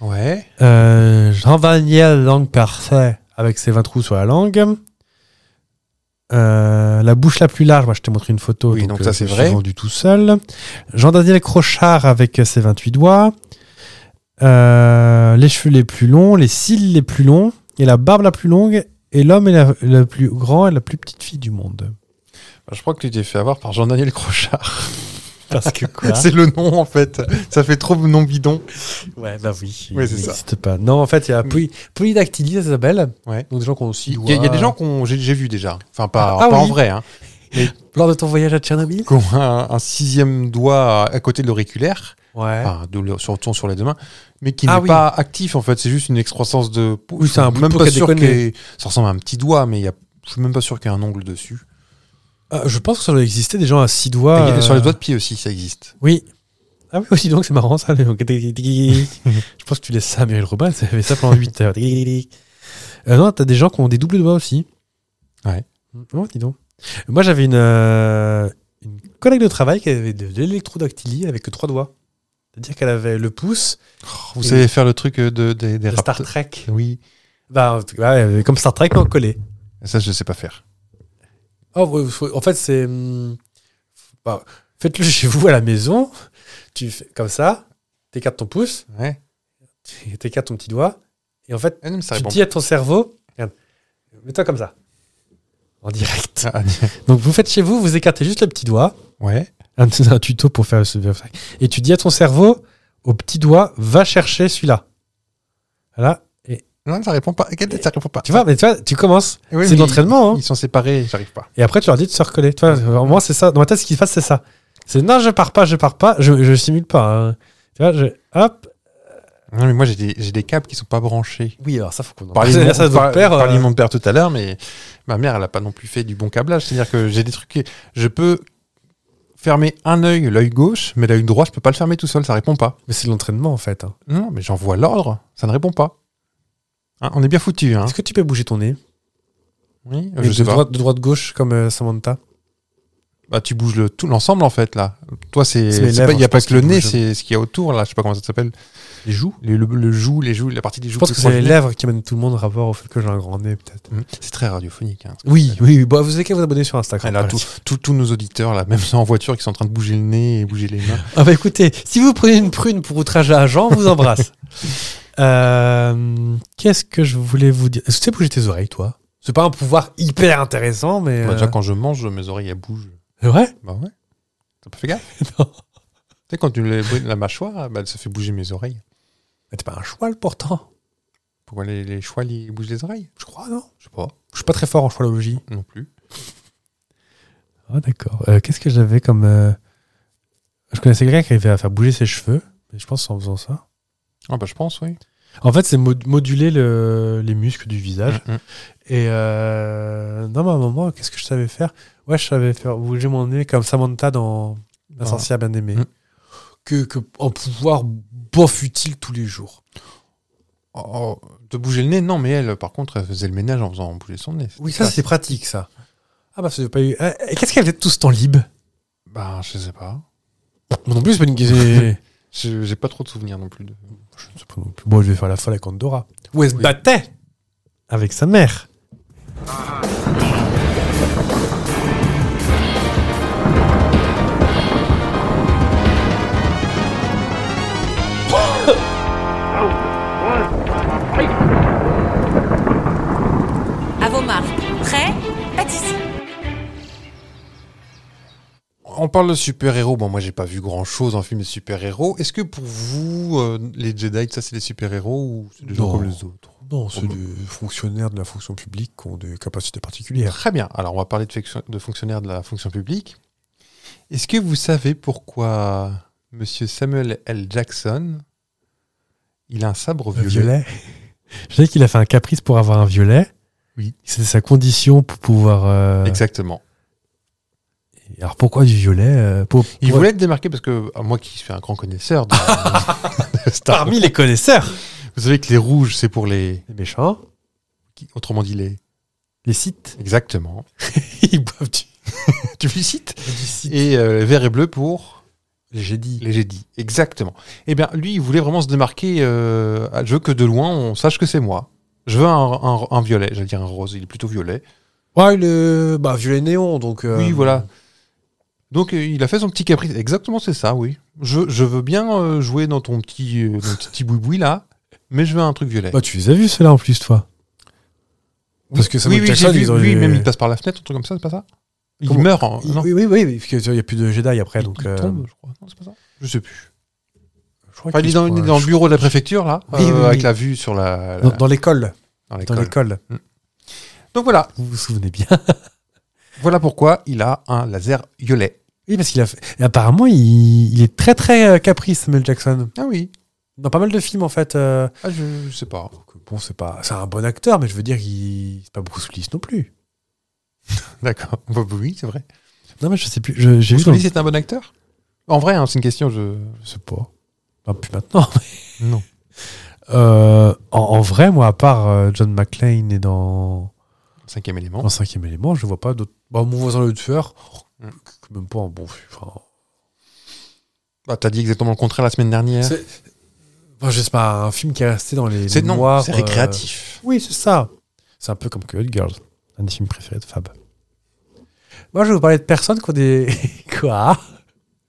Speaker 3: Ouais.
Speaker 2: Euh, Jean-Daniel Langue Parfait avec ses 20 trous sur la langue. Euh, la bouche la plus large, moi je t'ai montré une photo.
Speaker 3: Oui, donc ça,
Speaker 2: euh,
Speaker 3: c'est
Speaker 2: je me
Speaker 3: vrai.
Speaker 2: suis vendu tout seul. Jean-Daniel Crochard avec ses 28 doigts. Euh, les cheveux les plus longs, les cils les plus longs, et la barbe la plus longue, et l'homme est la- le plus grand et la plus petite fille du monde.
Speaker 3: Bah, je crois que tu t'es fait avoir par Jean-Daniel Crochard.
Speaker 2: Parce que [LAUGHS] quoi
Speaker 3: C'est le nom, en fait. Ça fait trop nom bidon.
Speaker 2: Ouais, bah oui.
Speaker 3: Ouais, c'est
Speaker 2: il
Speaker 3: ça. Mm.
Speaker 2: n'existe pas. Non, en fait, il y a poly... polydactylie, ça s'appelle.
Speaker 3: Ouais.
Speaker 2: Donc des gens qui ont aussi.
Speaker 3: Il y, a- il y a des gens que j'ai j'ai vu déjà. Enfin, pas,
Speaker 2: Ah, ah
Speaker 3: pas en
Speaker 2: oui.
Speaker 3: vrai. Hein.
Speaker 2: Lors de ton voyage à Tchernobyl
Speaker 3: Qui ont un, un sixième doigt à, à côté de l'auriculaire.
Speaker 2: Ouais.
Speaker 3: Enfin, de le- sur, sur les deux mains. Mais qui
Speaker 2: Ah
Speaker 3: n'est
Speaker 2: oui.
Speaker 3: pas actif, en fait. C'est juste une excroissance de peau.
Speaker 2: Oui,
Speaker 3: Je
Speaker 2: c'est
Speaker 3: suis
Speaker 2: un bout de
Speaker 3: même
Speaker 2: peau
Speaker 3: pas
Speaker 2: qui a
Speaker 3: sûr
Speaker 2: déconné.
Speaker 3: que ça ressemble à un petit doigt, mais il y a- je suis même pas sûr qu'il y ait un ongle dessus.
Speaker 2: Ah, je pense que ça doit exister des gens à six doigts.
Speaker 3: Et Sur les
Speaker 2: euh,
Speaker 3: doigts de pied aussi, ça existe.
Speaker 2: Oui. Ah oui, aussi donc c'est marrant ça. le-
Speaker 3: [LAUGHS]
Speaker 2: Je pense que tu laisses ça à Muriel Robin, ça fait ça pendant 8 heures. Euh, non, t'as des gens qui ont des doubles doigts aussi.
Speaker 3: Ouais.
Speaker 2: Oh, dis donc. Moi j'avais une, euh, une collègue de travail qui avait de, de l'électrodactylie avec que trois doigts. C'est-à-dire qu'elle avait le pouce,
Speaker 3: Oh, Vous
Speaker 2: Et-
Speaker 3: savez faire le truc euh, de, des, des
Speaker 2: Oh, de Star
Speaker 3: rapt-
Speaker 2: Trek.
Speaker 3: Oui,
Speaker 2: Bah, en tout cas, ouais, elle avait comme Star Trek, mais en collé.
Speaker 3: ça je sais pas faire.
Speaker 2: Oh, vous- faut- en fait, c'est. hum, bah, Faites-le [LAUGHS] chez vous à la maison. Tu fais comme ça, t'écartes ton pouce,
Speaker 3: Ouais.
Speaker 2: t'écartes ton petit doigt, et en fait,
Speaker 3: Ah non, mais ça
Speaker 2: tu
Speaker 3: répond.
Speaker 2: dis à ton cerveau, regarde, mets-toi comme ça, en direct.
Speaker 3: Ah, [LAUGHS] ah,
Speaker 2: Donc vous faites chez vous, vous écartez juste le petit doigt,
Speaker 3: ouais.
Speaker 2: un, un tuto pour faire ce et tu dis à ton cerveau, au petit doigt, va chercher celui-là. Voilà. Et,
Speaker 3: Non, ça répond pas. Quel- Ça répond pas.
Speaker 2: tu vois, mais tu, vois, tu commences,
Speaker 3: Oui,
Speaker 2: c'est
Speaker 3: mais
Speaker 2: de l'entraînement, hein.
Speaker 3: Ils sont séparés, j'arrive pas.
Speaker 2: et après tu leur dis de se recoller. Tu vois, euh, moi c'est ça, dans ma tête ce qui se passe c'est ça. C'est non, je pars pas, je pars pas, je, je simule pas. hein. Tu vois, je, hop.
Speaker 3: Non, mais moi j'ai des, j'ai des câbles qui sont pas branchés.
Speaker 2: Oui, alors ça faut qu'on en
Speaker 3: Parler de, mon,
Speaker 2: Ça,
Speaker 3: par-
Speaker 2: votre père,
Speaker 3: parler de
Speaker 2: euh,
Speaker 3: mon père tout à l'heure, mais ma mère, elle a pas non plus fait du bon câblage. C'est-à-dire que j'ai des trucs. qui- Je peux fermer un œil, l'œil gauche, mais l'œil droit, je peux pas le fermer tout seul, ça répond pas.
Speaker 2: Mais c'est de l'entraînement en fait. hein.
Speaker 3: Non, mais j'envoie l'ordre, ça ne répond pas. Hein, on est bien foutu, hein.
Speaker 2: Est-ce que tu peux bouger ton nez
Speaker 3: Oui,
Speaker 2: Mais
Speaker 3: je sais
Speaker 2: de,
Speaker 3: pas.
Speaker 2: droite, de droite gauche comme euh, Samantha
Speaker 3: Bah, tu bouges le, tout l'ensemble en fait là. Toi, c'est
Speaker 2: C'est les
Speaker 3: c'est pas- il
Speaker 2: lèvres,
Speaker 3: n'y
Speaker 2: je
Speaker 3: a pas
Speaker 2: pense
Speaker 3: que le
Speaker 2: qui
Speaker 3: nez,
Speaker 2: bougent.
Speaker 3: c'est ce qu'il y a autour là. Je sais pas comment ça s'appelle.
Speaker 2: Les joues
Speaker 3: Le, le- le joue, les joues, la partie des joues.
Speaker 2: Je pense
Speaker 3: plus
Speaker 2: que c'est
Speaker 3: proche
Speaker 2: les
Speaker 3: du
Speaker 2: lèvres qui mènent tout le monde rapport au fait que j'ai un grand nez, peut-être.
Speaker 3: nez. Mhm. C'est très radiophonique. Hein,
Speaker 2: Oui, oui, oui. Bah, vous avez qu'à vous abonner sur Instagram.
Speaker 3: Elle a
Speaker 2: par
Speaker 3: tout-
Speaker 2: exemple.
Speaker 3: tout- [LAUGHS] tous nos auditeurs là, même ceux en voiture qui sont en train de bouger le nez et bouger les [LAUGHS] mains.
Speaker 2: Ah bah écoutez, si vous prenez une prune pour outrage à agent, on vous [LAUGHS] embrasse. Euh, Qu'est-ce que je voulais vous dire Est-ce que tu sais bouger tes oreilles, toi C'est pas un pouvoir hyper intéressant, mais.
Speaker 3: Bah,
Speaker 2: euh,
Speaker 3: déjà quand je mange, mes oreilles elles bougent.
Speaker 2: Ouais
Speaker 3: Bah ouais. T'as pas fait gaffe [LAUGHS]
Speaker 2: Non.
Speaker 3: Tu sais quand tu lèves la mâchoire, bah, elle se fait bouger mes oreilles.
Speaker 2: Mais T'es pas un choix, pourtant
Speaker 3: Pourquoi les, les choix ils bougent les oreilles
Speaker 2: Je crois, non
Speaker 3: Je sais pas.
Speaker 2: Je suis pas très fort en choilologie.
Speaker 3: Non plus.
Speaker 2: Ah, d'accord. Euh, Qu'est-ce que j'avais comme. euh, Je connaissais quelqu'un qui arrivait à faire bouger ses cheveux, mais je pense en faisant ça.
Speaker 3: Ah bah je pense oui.
Speaker 2: En fait, c'est mod- moduler le- les muscles du visage.
Speaker 3: Mhm.
Speaker 2: Et euh, non, mais à un moment, qu'est-ce que je savais faire Ouais, je savais faire bouger mon nez comme Samantha dans La
Speaker 3: Ah.
Speaker 2: sorcière bien aimée.
Speaker 3: Mm.
Speaker 2: Que, que en pouvoir bof utile tous les jours.
Speaker 3: Oh, oh, de bouger le nez, non, mais elle, par contre, elle faisait le ménage en faisant bouger son nez.
Speaker 2: Oui, ça c'est pratique ça. Ah bah ça n'a pas eu. Ah, et Qu'est-ce qu'elle faisait de tout ce temps libre
Speaker 3: Bah, je sais pas.
Speaker 2: Moi non plus, c'est pas une [LAUGHS] question.
Speaker 3: Je- J'ai pas trop de souvenirs non plus. De...
Speaker 2: Je ne sais pas non plus. Bon, je vais faire la folle avec Andorra. Où elle se
Speaker 3: Oui.
Speaker 2: battait Bah, Avec sa mère.
Speaker 6: À vos marques. Prêt Pâtisserie.
Speaker 3: On parle de super-héros. Bon, moi, j'ai pas vu grand-chose en film de super-héros. Est-ce que pour vous, euh, les Jedi, ça, c'est des super-héros ou c'est des gens
Speaker 2: Non.
Speaker 3: comme les autres
Speaker 2: Non,
Speaker 3: c'est
Speaker 2: des fonctionnaires de la fonction publique qui ont des capacités particulières.
Speaker 3: Très bien. Alors, on va parler de, fonction- de fonctionnaires de la fonction publique. Est-ce que vous savez pourquoi Monsieur Samuel L. Jackson, il a un sabre
Speaker 2: Un
Speaker 3: Euh, violet,
Speaker 2: violet. [LAUGHS] Je sais qu'il a fait un caprice pour avoir un violet.
Speaker 3: Oui.
Speaker 2: C'était sa condition pour pouvoir. euh,
Speaker 3: Exactement.
Speaker 2: Et Alors pourquoi du violet euh, pour-
Speaker 3: Il
Speaker 2: pour-
Speaker 3: voulait être démarqué parce que, ah, moi qui suis un grand connaisseur [LAUGHS] de, de Star
Speaker 2: [LAUGHS] Parmi les connaisseurs
Speaker 3: Vous savez que les rouges, c'est pour les.
Speaker 2: Les méchants,
Speaker 3: qui- Autrement dit, les.
Speaker 2: les sites.
Speaker 3: Exactement.
Speaker 2: [LAUGHS] Ils boivent du,
Speaker 3: [LAUGHS] Tu les cites.
Speaker 2: du site.
Speaker 3: Et euh, vert et bleu pour
Speaker 2: Les gédis.
Speaker 3: les Jedi. Exactement. Eh bien, lui, il voulait vraiment se démarquer. euh, ah, je veux que de loin, on sache que c'est moi. Je veux un, un- un violet. J'allais dire un rose. Il est plutôt violet.
Speaker 2: Ouais, le bah, violet néon, donc... euh,
Speaker 3: Oui, voilà. Donc, euh, il a fait son petit caprice. Exactement, c'est ça, oui. Je, je veux bien euh, jouer dans ton petit, euh, dans ton petit boui-boui, là. Mais je veux un truc violet.
Speaker 2: Bah, tu les as vus, ceux-là, en plus, toi. Parce que
Speaker 3: oui,
Speaker 2: Samuel
Speaker 3: oui,
Speaker 2: Jackson,
Speaker 3: j'ai vu.
Speaker 2: ils ont
Speaker 3: Lui,
Speaker 2: eu-
Speaker 3: même, il passe par la fenêtre, un truc comme ça, c'est pas ça Il
Speaker 2: Comment
Speaker 3: meurt. en-
Speaker 2: Il-
Speaker 3: non.
Speaker 2: Oui, oui, oui, parce qu'il n'y a plus de Jedi après,
Speaker 3: Il-
Speaker 2: donc...
Speaker 3: il
Speaker 2: euh,
Speaker 3: tombe, je crois. Non, c'est pas ça. Je sais plus.
Speaker 2: je crois
Speaker 3: Enfin, il est
Speaker 2: qu'il
Speaker 3: dans,
Speaker 2: se
Speaker 3: il est
Speaker 2: prend-
Speaker 3: dans le bureau de la préfecture, là, euh,
Speaker 2: Oui, oui, oui.
Speaker 3: avec la vue sur la. la-
Speaker 2: Dans, dans l'école. Dans
Speaker 3: dans l'école.
Speaker 2: l'école.
Speaker 3: Donc voilà,
Speaker 2: Vous vous souvenez bien.
Speaker 3: voilà pourquoi il a un laser violet.
Speaker 2: Oui, parce qu'il a fait... et apparemment, il, il est très, très euh, caprice, Samuel Jackson.
Speaker 3: Ah oui,
Speaker 2: Dans pas mal de films, en fait. euh,
Speaker 3: ah, je, je sais pas.
Speaker 2: que Bon, c'est pas... C'est un bon acteur, mais je veux dire, il... c'est pas Bruce Willis non plus.
Speaker 3: D'accord. [LAUGHS] Bah, oui, c'est vrai.
Speaker 2: Non, mais je sais plus. je- J'ai vu dans
Speaker 3: Lee, c'est un bon acteur En vrai, hein, c'est une question, je je sais pas.
Speaker 2: Enfin, plus maintenant.
Speaker 3: [LAUGHS] Non.
Speaker 2: Euh, en, en vrai, moi, à part euh, John McClane et dans,
Speaker 3: Cinquième élément.
Speaker 2: dans Cinquième élément, je vois pas d'autres. Bon, mon voisin le tueur, oh,
Speaker 3: Mm.
Speaker 2: c'est même pas un bon film. Enfin,
Speaker 3: Ah, T'as dit exactement le contraire la semaine dernière.
Speaker 2: c'est- Enfin, je sais pas, un film qui est resté dans les.
Speaker 3: C'est non,
Speaker 2: mémoires,
Speaker 3: c'est
Speaker 2: euh,
Speaker 3: récréatif.
Speaker 2: Oui, c'est ça. C'est un peu comme Good Girls, un des films préférés de Fab. Moi, je vais vous parler de personnes qui ont des. [LAUGHS] Quoi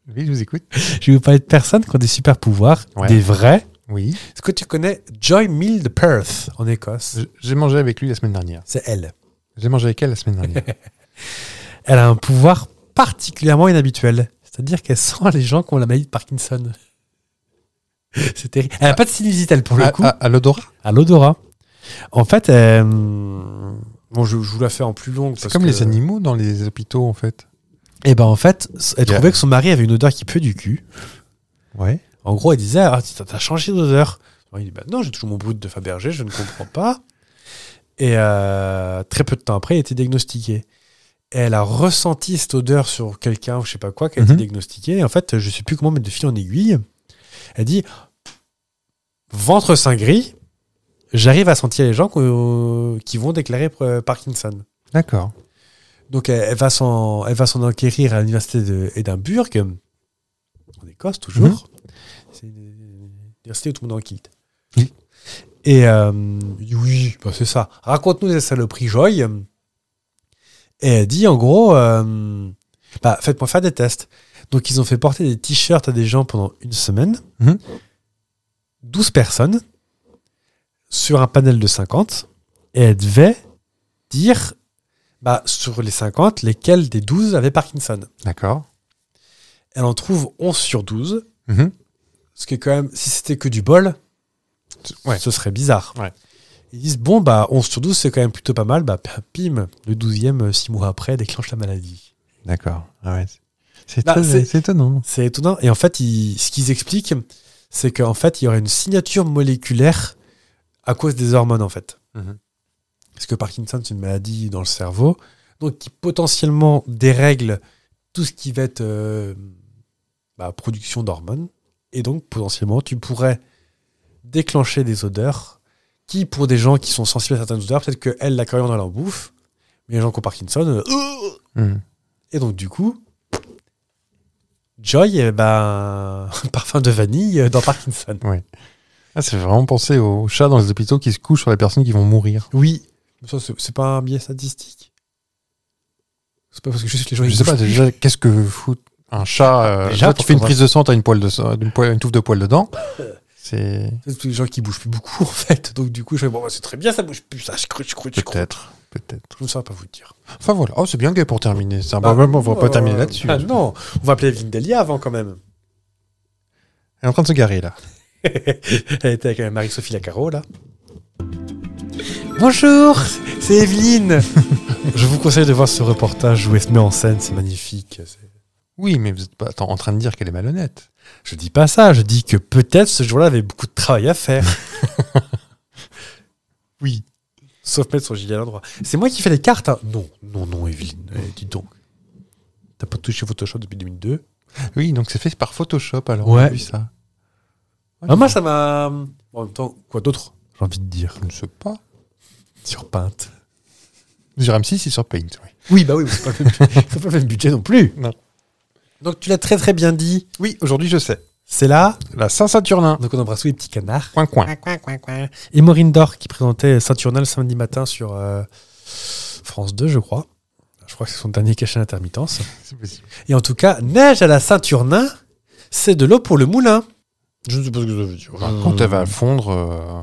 Speaker 3: Oui, euh, je vous écoute.
Speaker 2: Je vais vous parler de personnes qui ont des super pouvoirs,
Speaker 3: Ouais.
Speaker 2: des vrais.
Speaker 3: Oui.
Speaker 2: Est-ce que tu connais Joy Mill de Perth, en Écosse
Speaker 3: Je- J'ai mangé avec lui la semaine dernière.
Speaker 2: C'est elle.
Speaker 3: J'ai mangé avec elle la semaine [LAUGHS] dernière.
Speaker 2: Elle a un pouvoir particulièrement inhabituel. C'est-à-dire qu'elle sent les gens qui ont la maladie de Parkinson. [LAUGHS] C'est terrible. Elle n'a pas de sinusite, elle, pour le
Speaker 3: à
Speaker 2: coup.
Speaker 3: à- à l'odorat
Speaker 2: à l'odorat. En fait, euh, bon, je, je vous la fais en plus longue.
Speaker 3: C'est
Speaker 2: parce
Speaker 3: comme
Speaker 2: que-
Speaker 3: les animaux dans les hôpitaux, en fait.
Speaker 2: Eh ben en fait, s- elle
Speaker 3: Yeah.
Speaker 2: trouvait que son mari avait une odeur qui pue du cul.
Speaker 3: Ouais.
Speaker 2: En gros, elle disait ah, t'as- t'as changé d'odeur. Alors, Il dit bah non, j'ai toujours mon brut de Fabergé, je ne comprends pas. Et euh, très peu de temps après, elle a été diagnostiquée. Elle a ressenti cette odeur sur quelqu'un ou je sais pas quoi, qu'elle a été
Speaker 3: Mhm.
Speaker 2: diagnostiquée. Et en fait, je sais plus comment mettre de fil en aiguille. Elle dit ventre saint gris, j'arrive à sentir les gens qu'au- qui vont déclarer euh, Parkinson.
Speaker 3: D'accord.
Speaker 2: Donc elle, elle va s'en, elle va s'en enquérir à l'université de- d'Édimbourg, en Écosse toujours.
Speaker 3: Mhm.
Speaker 2: C'est une université où tout le monde est en kilt.
Speaker 3: Oui.
Speaker 2: Et euh, il dit, oui, bah, c'est ça. Raconte-nous des saloperies, Joy. Et elle dit en gros, euh, bah, faites-moi faire des tests. Donc ils ont fait porter des t-shirts à des gens pendant une semaine.
Speaker 3: Mhm.
Speaker 2: 12 personnes sur un panel de 50. Et elle devait dire bah, sur les 50, lesquels des 12 avaient Parkinson
Speaker 3: D'accord.
Speaker 2: Elle en trouve 11 sur 12,
Speaker 3: Mhm.
Speaker 2: ce qui est quand même, si c'était que du bol,
Speaker 3: Ouais.
Speaker 2: ce serait bizarre.
Speaker 3: Ouais.
Speaker 2: Ils disent, bon, bah, 11 sur 12, c'est quand même plutôt pas mal. Bah, pim, le 12e, 6 mois après, déclenche la maladie.
Speaker 3: D'accord. Ah ouais. C'est
Speaker 2: Bah,
Speaker 3: étonnant.
Speaker 2: c'est-
Speaker 3: c'est étonnant.
Speaker 2: C'est étonnant. Et en fait, ils- ce qu'ils expliquent, c'est qu'en fait, il y aurait une signature moléculaire à cause des hormones, en fait.
Speaker 3: Mhm.
Speaker 2: Parce que Parkinson, c'est une maladie dans le cerveau, donc qui potentiellement dérègle tout ce qui va être euh, bah, production d'hormones. Et donc, potentiellement, tu pourrais déclencher des odeurs qui, pour des gens qui sont sensibles à certaines odeurs, peut-être qu'elle, la coriandre, elle en bouffe, mais les gens qui ont Parkinson, euh,
Speaker 3: Mhm.
Speaker 2: et donc, du coup, Joy, eh ben, [LAUGHS] parfum de vanille euh, dans Parkinson.
Speaker 3: Ah, ça fait vraiment penser aux chats dans les hôpitaux qui se couchent sur les personnes qui vont mourir.
Speaker 2: Oui. Ça, c'est c'est pas un biais statistique. C'est pas parce que juste les gens.
Speaker 3: Je
Speaker 2: ils
Speaker 3: sais pas,
Speaker 2: bougent
Speaker 3: déjà, qu'est-ce que fout un chat euh,
Speaker 2: Déjà,
Speaker 3: déjà, Tu
Speaker 2: pour
Speaker 3: fais une
Speaker 2: qu'on
Speaker 3: prise de sang, t'as une, poêle de sang- une, poêle- une touffe de poils [COUGHS] dedans. C'est.
Speaker 2: plus. C'est tous les gens qui bougent plus beaucoup, [LAUGHS] en fait. Donc, du coup, je fais, bon, bah, c'est très bien, ça bouge plus, ça, je crute, je crute, je crute.
Speaker 3: Peut-être. Peut-être.
Speaker 2: Je ne saurais pas vous le dire.
Speaker 3: Enfin voilà. Oh, c'est bien gay pour terminer. C'est un
Speaker 2: Bah,
Speaker 3: bon moment, on va
Speaker 2: euh,
Speaker 3: pas terminer là-dessus. hein.
Speaker 2: Ah, non, on va appeler Evelyne Delia avant, quand même.
Speaker 3: Elle est en train de se garer là.
Speaker 2: Elle était avec euh, Marie-Sophie Lacaro, là. Bonjour, c'est
Speaker 3: [LAUGHS]
Speaker 2: Evelyne. je vous conseille de voir ce reportage où elle se met en scène, c'est magnifique. c'est-
Speaker 3: Oui, mais vous êtes pas attends, en train de dire qu'elle est malhonnête.
Speaker 2: Je dis pas ça, je dis que peut-être ce jour-là avait beaucoup de travail à faire. [LAUGHS] oui. Sauf mettre son gilet à l'endroit. C'est moi qui fais les cartes. hein. Non, non, non, Evelyne, eh, dis donc. T'as pas touché Photoshop depuis 2002
Speaker 3: Oui, donc c'est fait par Photoshop alors.
Speaker 2: Ouais.
Speaker 3: on a vu ça.
Speaker 2: Ah, Moi, ça m'a. En même temps, quoi d'autre J'ai envie de dire.
Speaker 3: Je ne sais pas.
Speaker 2: Sur Paint.
Speaker 3: Sur M6, c'est sur Paint. Oui.
Speaker 2: Oui, bah oui, mais c'est pas, le même- [LAUGHS] c'est pas le même budget non plus.
Speaker 3: Non.
Speaker 2: Donc tu l'as très très bien dit.
Speaker 3: Oui, aujourd'hui je sais.
Speaker 2: C'est là.
Speaker 3: La Saint-Saturnin.
Speaker 2: Donc on embrasse tous les petits canards.
Speaker 3: Coin coin.
Speaker 2: Et Maureen Dor qui présentait Saturnal samedi matin sur euh, France 2, je crois. Je crois que c'est son dernier cachet d'intermittence.
Speaker 3: C'est possible.
Speaker 2: Et en tout cas, neige à la Saturnin, c'est de l'eau pour le moulin. Je ne sais pas ce que ça veut dire.
Speaker 3: Enfin, Bah, Quand elle va fondre, euh,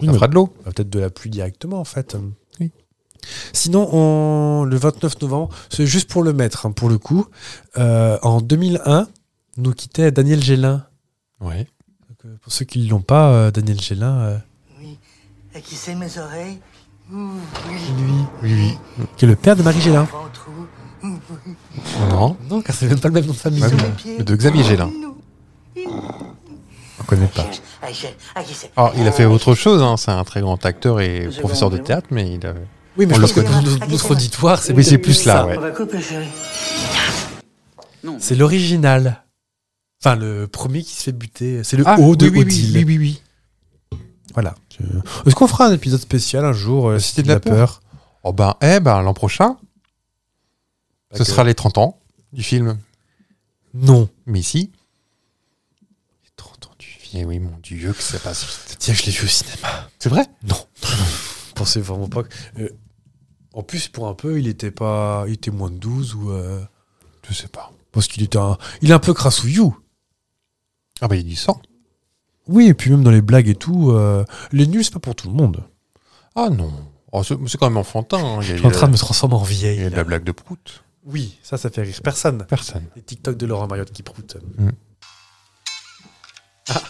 Speaker 2: Oui,
Speaker 3: ça
Speaker 2: mais-
Speaker 3: fera de l'eau.
Speaker 2: Bah, Peut-être de la pluie directement, en fait.
Speaker 3: Oui.
Speaker 2: Sinon, on- le 29 novembre, c'est juste pour le mettre, hein, pour le coup. euh, en 2001, nous quittait Daniel Gélin.
Speaker 3: Oui.
Speaker 2: Donc, euh, pour ceux qui ne l'ont pas, euh, Daniel Gélin, euh,
Speaker 7: Oui. Et qui sait mes oreilles Ouh, oui.
Speaker 2: lui, qui est le père de Marie Gélin.
Speaker 7: Ventre où Ouh, oui.
Speaker 3: Non.
Speaker 2: Non, car c'est même pas le même nom de famille.
Speaker 3: Ouais,
Speaker 7: mes
Speaker 3: mais-
Speaker 7: pieds.
Speaker 3: mais de Xavier Gélin.
Speaker 7: Nous.
Speaker 3: On connaît pas.
Speaker 7: Ah, je- ah, qui sait
Speaker 3: Alors, il a fait autre chose. hein. C'est un très grand acteur et
Speaker 7: Je
Speaker 3: professeur de
Speaker 7: vais en
Speaker 3: théâtre, mais il a
Speaker 2: Oui, mais
Speaker 3: On
Speaker 2: je
Speaker 3: le
Speaker 2: pense que
Speaker 7: connaît.
Speaker 2: notre- notre auditoire, c'est
Speaker 3: Oui, c'est
Speaker 2: peut-être
Speaker 3: plus
Speaker 2: ça.
Speaker 3: là, ouais.
Speaker 7: On va couper, chérie.
Speaker 2: C'est l'original. Enfin, le premier qui se fait buter. C'est le
Speaker 3: Ah,
Speaker 2: haut de
Speaker 3: oui, oui, oui,
Speaker 2: Odile.
Speaker 3: oui, oui, oui.
Speaker 2: Voilà. Je- Est-ce qu'on fera un épisode spécial un jour euh, Cité
Speaker 3: Cité de
Speaker 2: de
Speaker 3: la
Speaker 2: la peur
Speaker 3: Oh ben, eh ben, l'an prochain, ce
Speaker 2: que-
Speaker 3: sera les 30 ans du film.
Speaker 2: Non.
Speaker 3: Mais si. Les 30 ans du film. Eh oui, mon Dieu, que ça passe vite.
Speaker 2: Tiens, je l'ai vu au cinéma.
Speaker 3: C'est vrai
Speaker 2: [LAUGHS] Non. Je pensais vraiment pas que. euh, en plus, pour un peu, il était pas. Il était moins de 12 ou. euh,
Speaker 3: Je sais pas.
Speaker 2: Parce qu'il était un. Il est un peu crassouillou.
Speaker 3: Ah ben, il y a du sang.
Speaker 2: Oui, et puis même dans les blagues et tout, euh, les nuls, c'est pas pour tout le monde.
Speaker 3: Ah non. Oh, c'est c'est quand même enfantin. hein. Il y a,
Speaker 2: Je suis en train de
Speaker 3: il
Speaker 2: me
Speaker 3: y
Speaker 2: transformer en
Speaker 3: a- il y
Speaker 2: vieille.
Speaker 3: a de la blague de Prout.
Speaker 2: Oui, ça, ça fait rire personne.
Speaker 3: Personne.
Speaker 2: Les TikTok de Laurent Mariotte qui proute.
Speaker 3: Mm.
Speaker 2: Ah,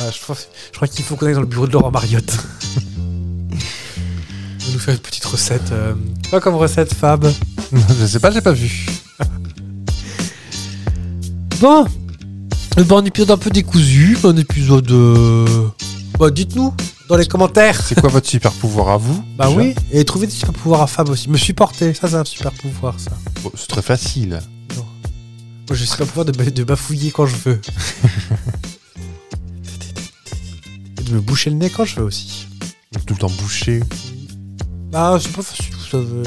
Speaker 2: ah, je crois, je crois qu'il faut qu'on aille dans le bureau de Laurent Mariotte. Je vais nous faire une petite recette. euh, Pas comme recette, Fab.
Speaker 3: [LAUGHS] je sais pas, j'ai pas vu.
Speaker 2: Bon, Eh ben, un épisode un peu décousu, un épisode. euh, Bah, dites-nous dans les commentaires.
Speaker 3: C'est quoi votre super pouvoir à vous
Speaker 2: Bah
Speaker 3: déjà
Speaker 2: oui, et trouver des super pouvoirs à Fab aussi. Me supporter, ça, c'est un super pouvoir, ça.
Speaker 3: Bon, C'est très facile.
Speaker 2: Moi, j'ai le super pouvoir de, ba- de bafouiller quand je veux. et de me boucher le nez quand je veux aussi.
Speaker 3: Tout le temps bouché.
Speaker 2: Ah, c'est pas facile, ça veut.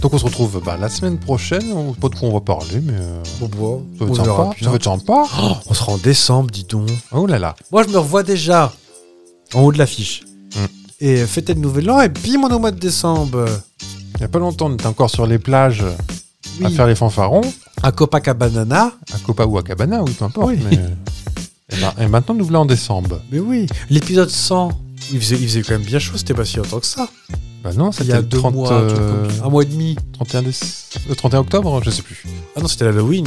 Speaker 3: Donc on se retrouve bah, la semaine prochaine. On sait pas de quoi on va parler, mais euh,
Speaker 2: Bon, bon,
Speaker 3: ça va être
Speaker 2: on verra
Speaker 3: sympa.
Speaker 2: bien.
Speaker 3: Ça va être sympa.
Speaker 2: Oh, on sera en décembre, dis donc.
Speaker 3: Oh là là.
Speaker 2: Moi, je me revois déjà en haut de l'affiche.
Speaker 3: Hmm.
Speaker 2: Et fêter le nouvel an, et bim, on est au mois de décembre.
Speaker 3: Il n'y a pas longtemps, on était encore sur les plages à
Speaker 2: Oui.
Speaker 3: faire les fanfarons,
Speaker 2: À Copacabana.
Speaker 3: à Copa ou à Cabana, ou peu importe.
Speaker 2: Oui.
Speaker 3: mais- Et, ben- et maintenant, nous voilà en décembre.
Speaker 2: Mais oui, l'épisode 100, il faisait, il faisait quand même bien chaud, c'était pas si longtemps que ça.
Speaker 3: Bah non,
Speaker 2: Il y a
Speaker 3: c'était le
Speaker 2: deux
Speaker 3: 30,
Speaker 2: mois, un truc
Speaker 3: euh,
Speaker 2: comme Ah, ça. un mois et demi.
Speaker 3: 31, déce- le 31 octobre, je sais plus.
Speaker 2: Ah non, c'était l'Halloween.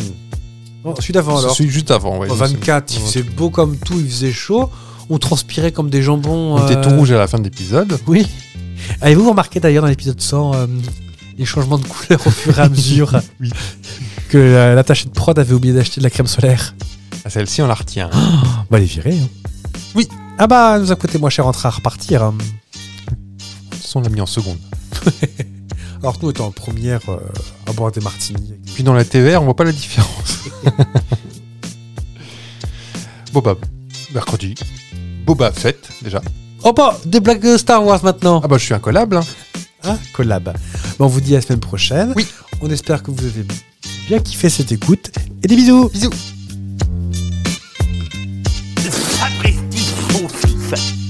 Speaker 2: Non, celui d'avant alors.
Speaker 3: C'est juste avant. Ouais,
Speaker 2: En
Speaker 3: donc
Speaker 2: 24,
Speaker 3: c'est-
Speaker 2: il faisait beau comme tout, il faisait chaud. On transpirait comme des jambons.
Speaker 3: On était
Speaker 2: euh,
Speaker 3: tout rouge à la fin de l'épisode.
Speaker 2: Oui. Avez-vous remarqué d'ailleurs dans l'épisode 100 euh, les changements de couleur au fur et à [LAUGHS] mesure
Speaker 3: Oui.
Speaker 2: Que euh, l'attaché de prod avait oublié d'acheter de la crème solaire
Speaker 3: Ah, Celle-ci, on la retient.
Speaker 2: On va les virer. hein. Oui. Ah bah, elle nous a coûté moins cher en train à repartir. hein.
Speaker 3: De toute façon, on l'a mis en seconde.
Speaker 2: Alors nous étant en première euh, à boire des martinis.
Speaker 3: Puis dans la TVR, on voit pas la différence. Boba, mercredi. Boba fête, déjà.
Speaker 2: Oh bah, des blagues de Star Wars maintenant
Speaker 3: Ah bah, je suis incollable. hein.
Speaker 2: hein, collab. Bon, on vous dit à la semaine prochaine.
Speaker 3: Oui.
Speaker 2: On espère que vous avez bien kiffé cette écoute. Et des bisous
Speaker 8: Sapristi, son fils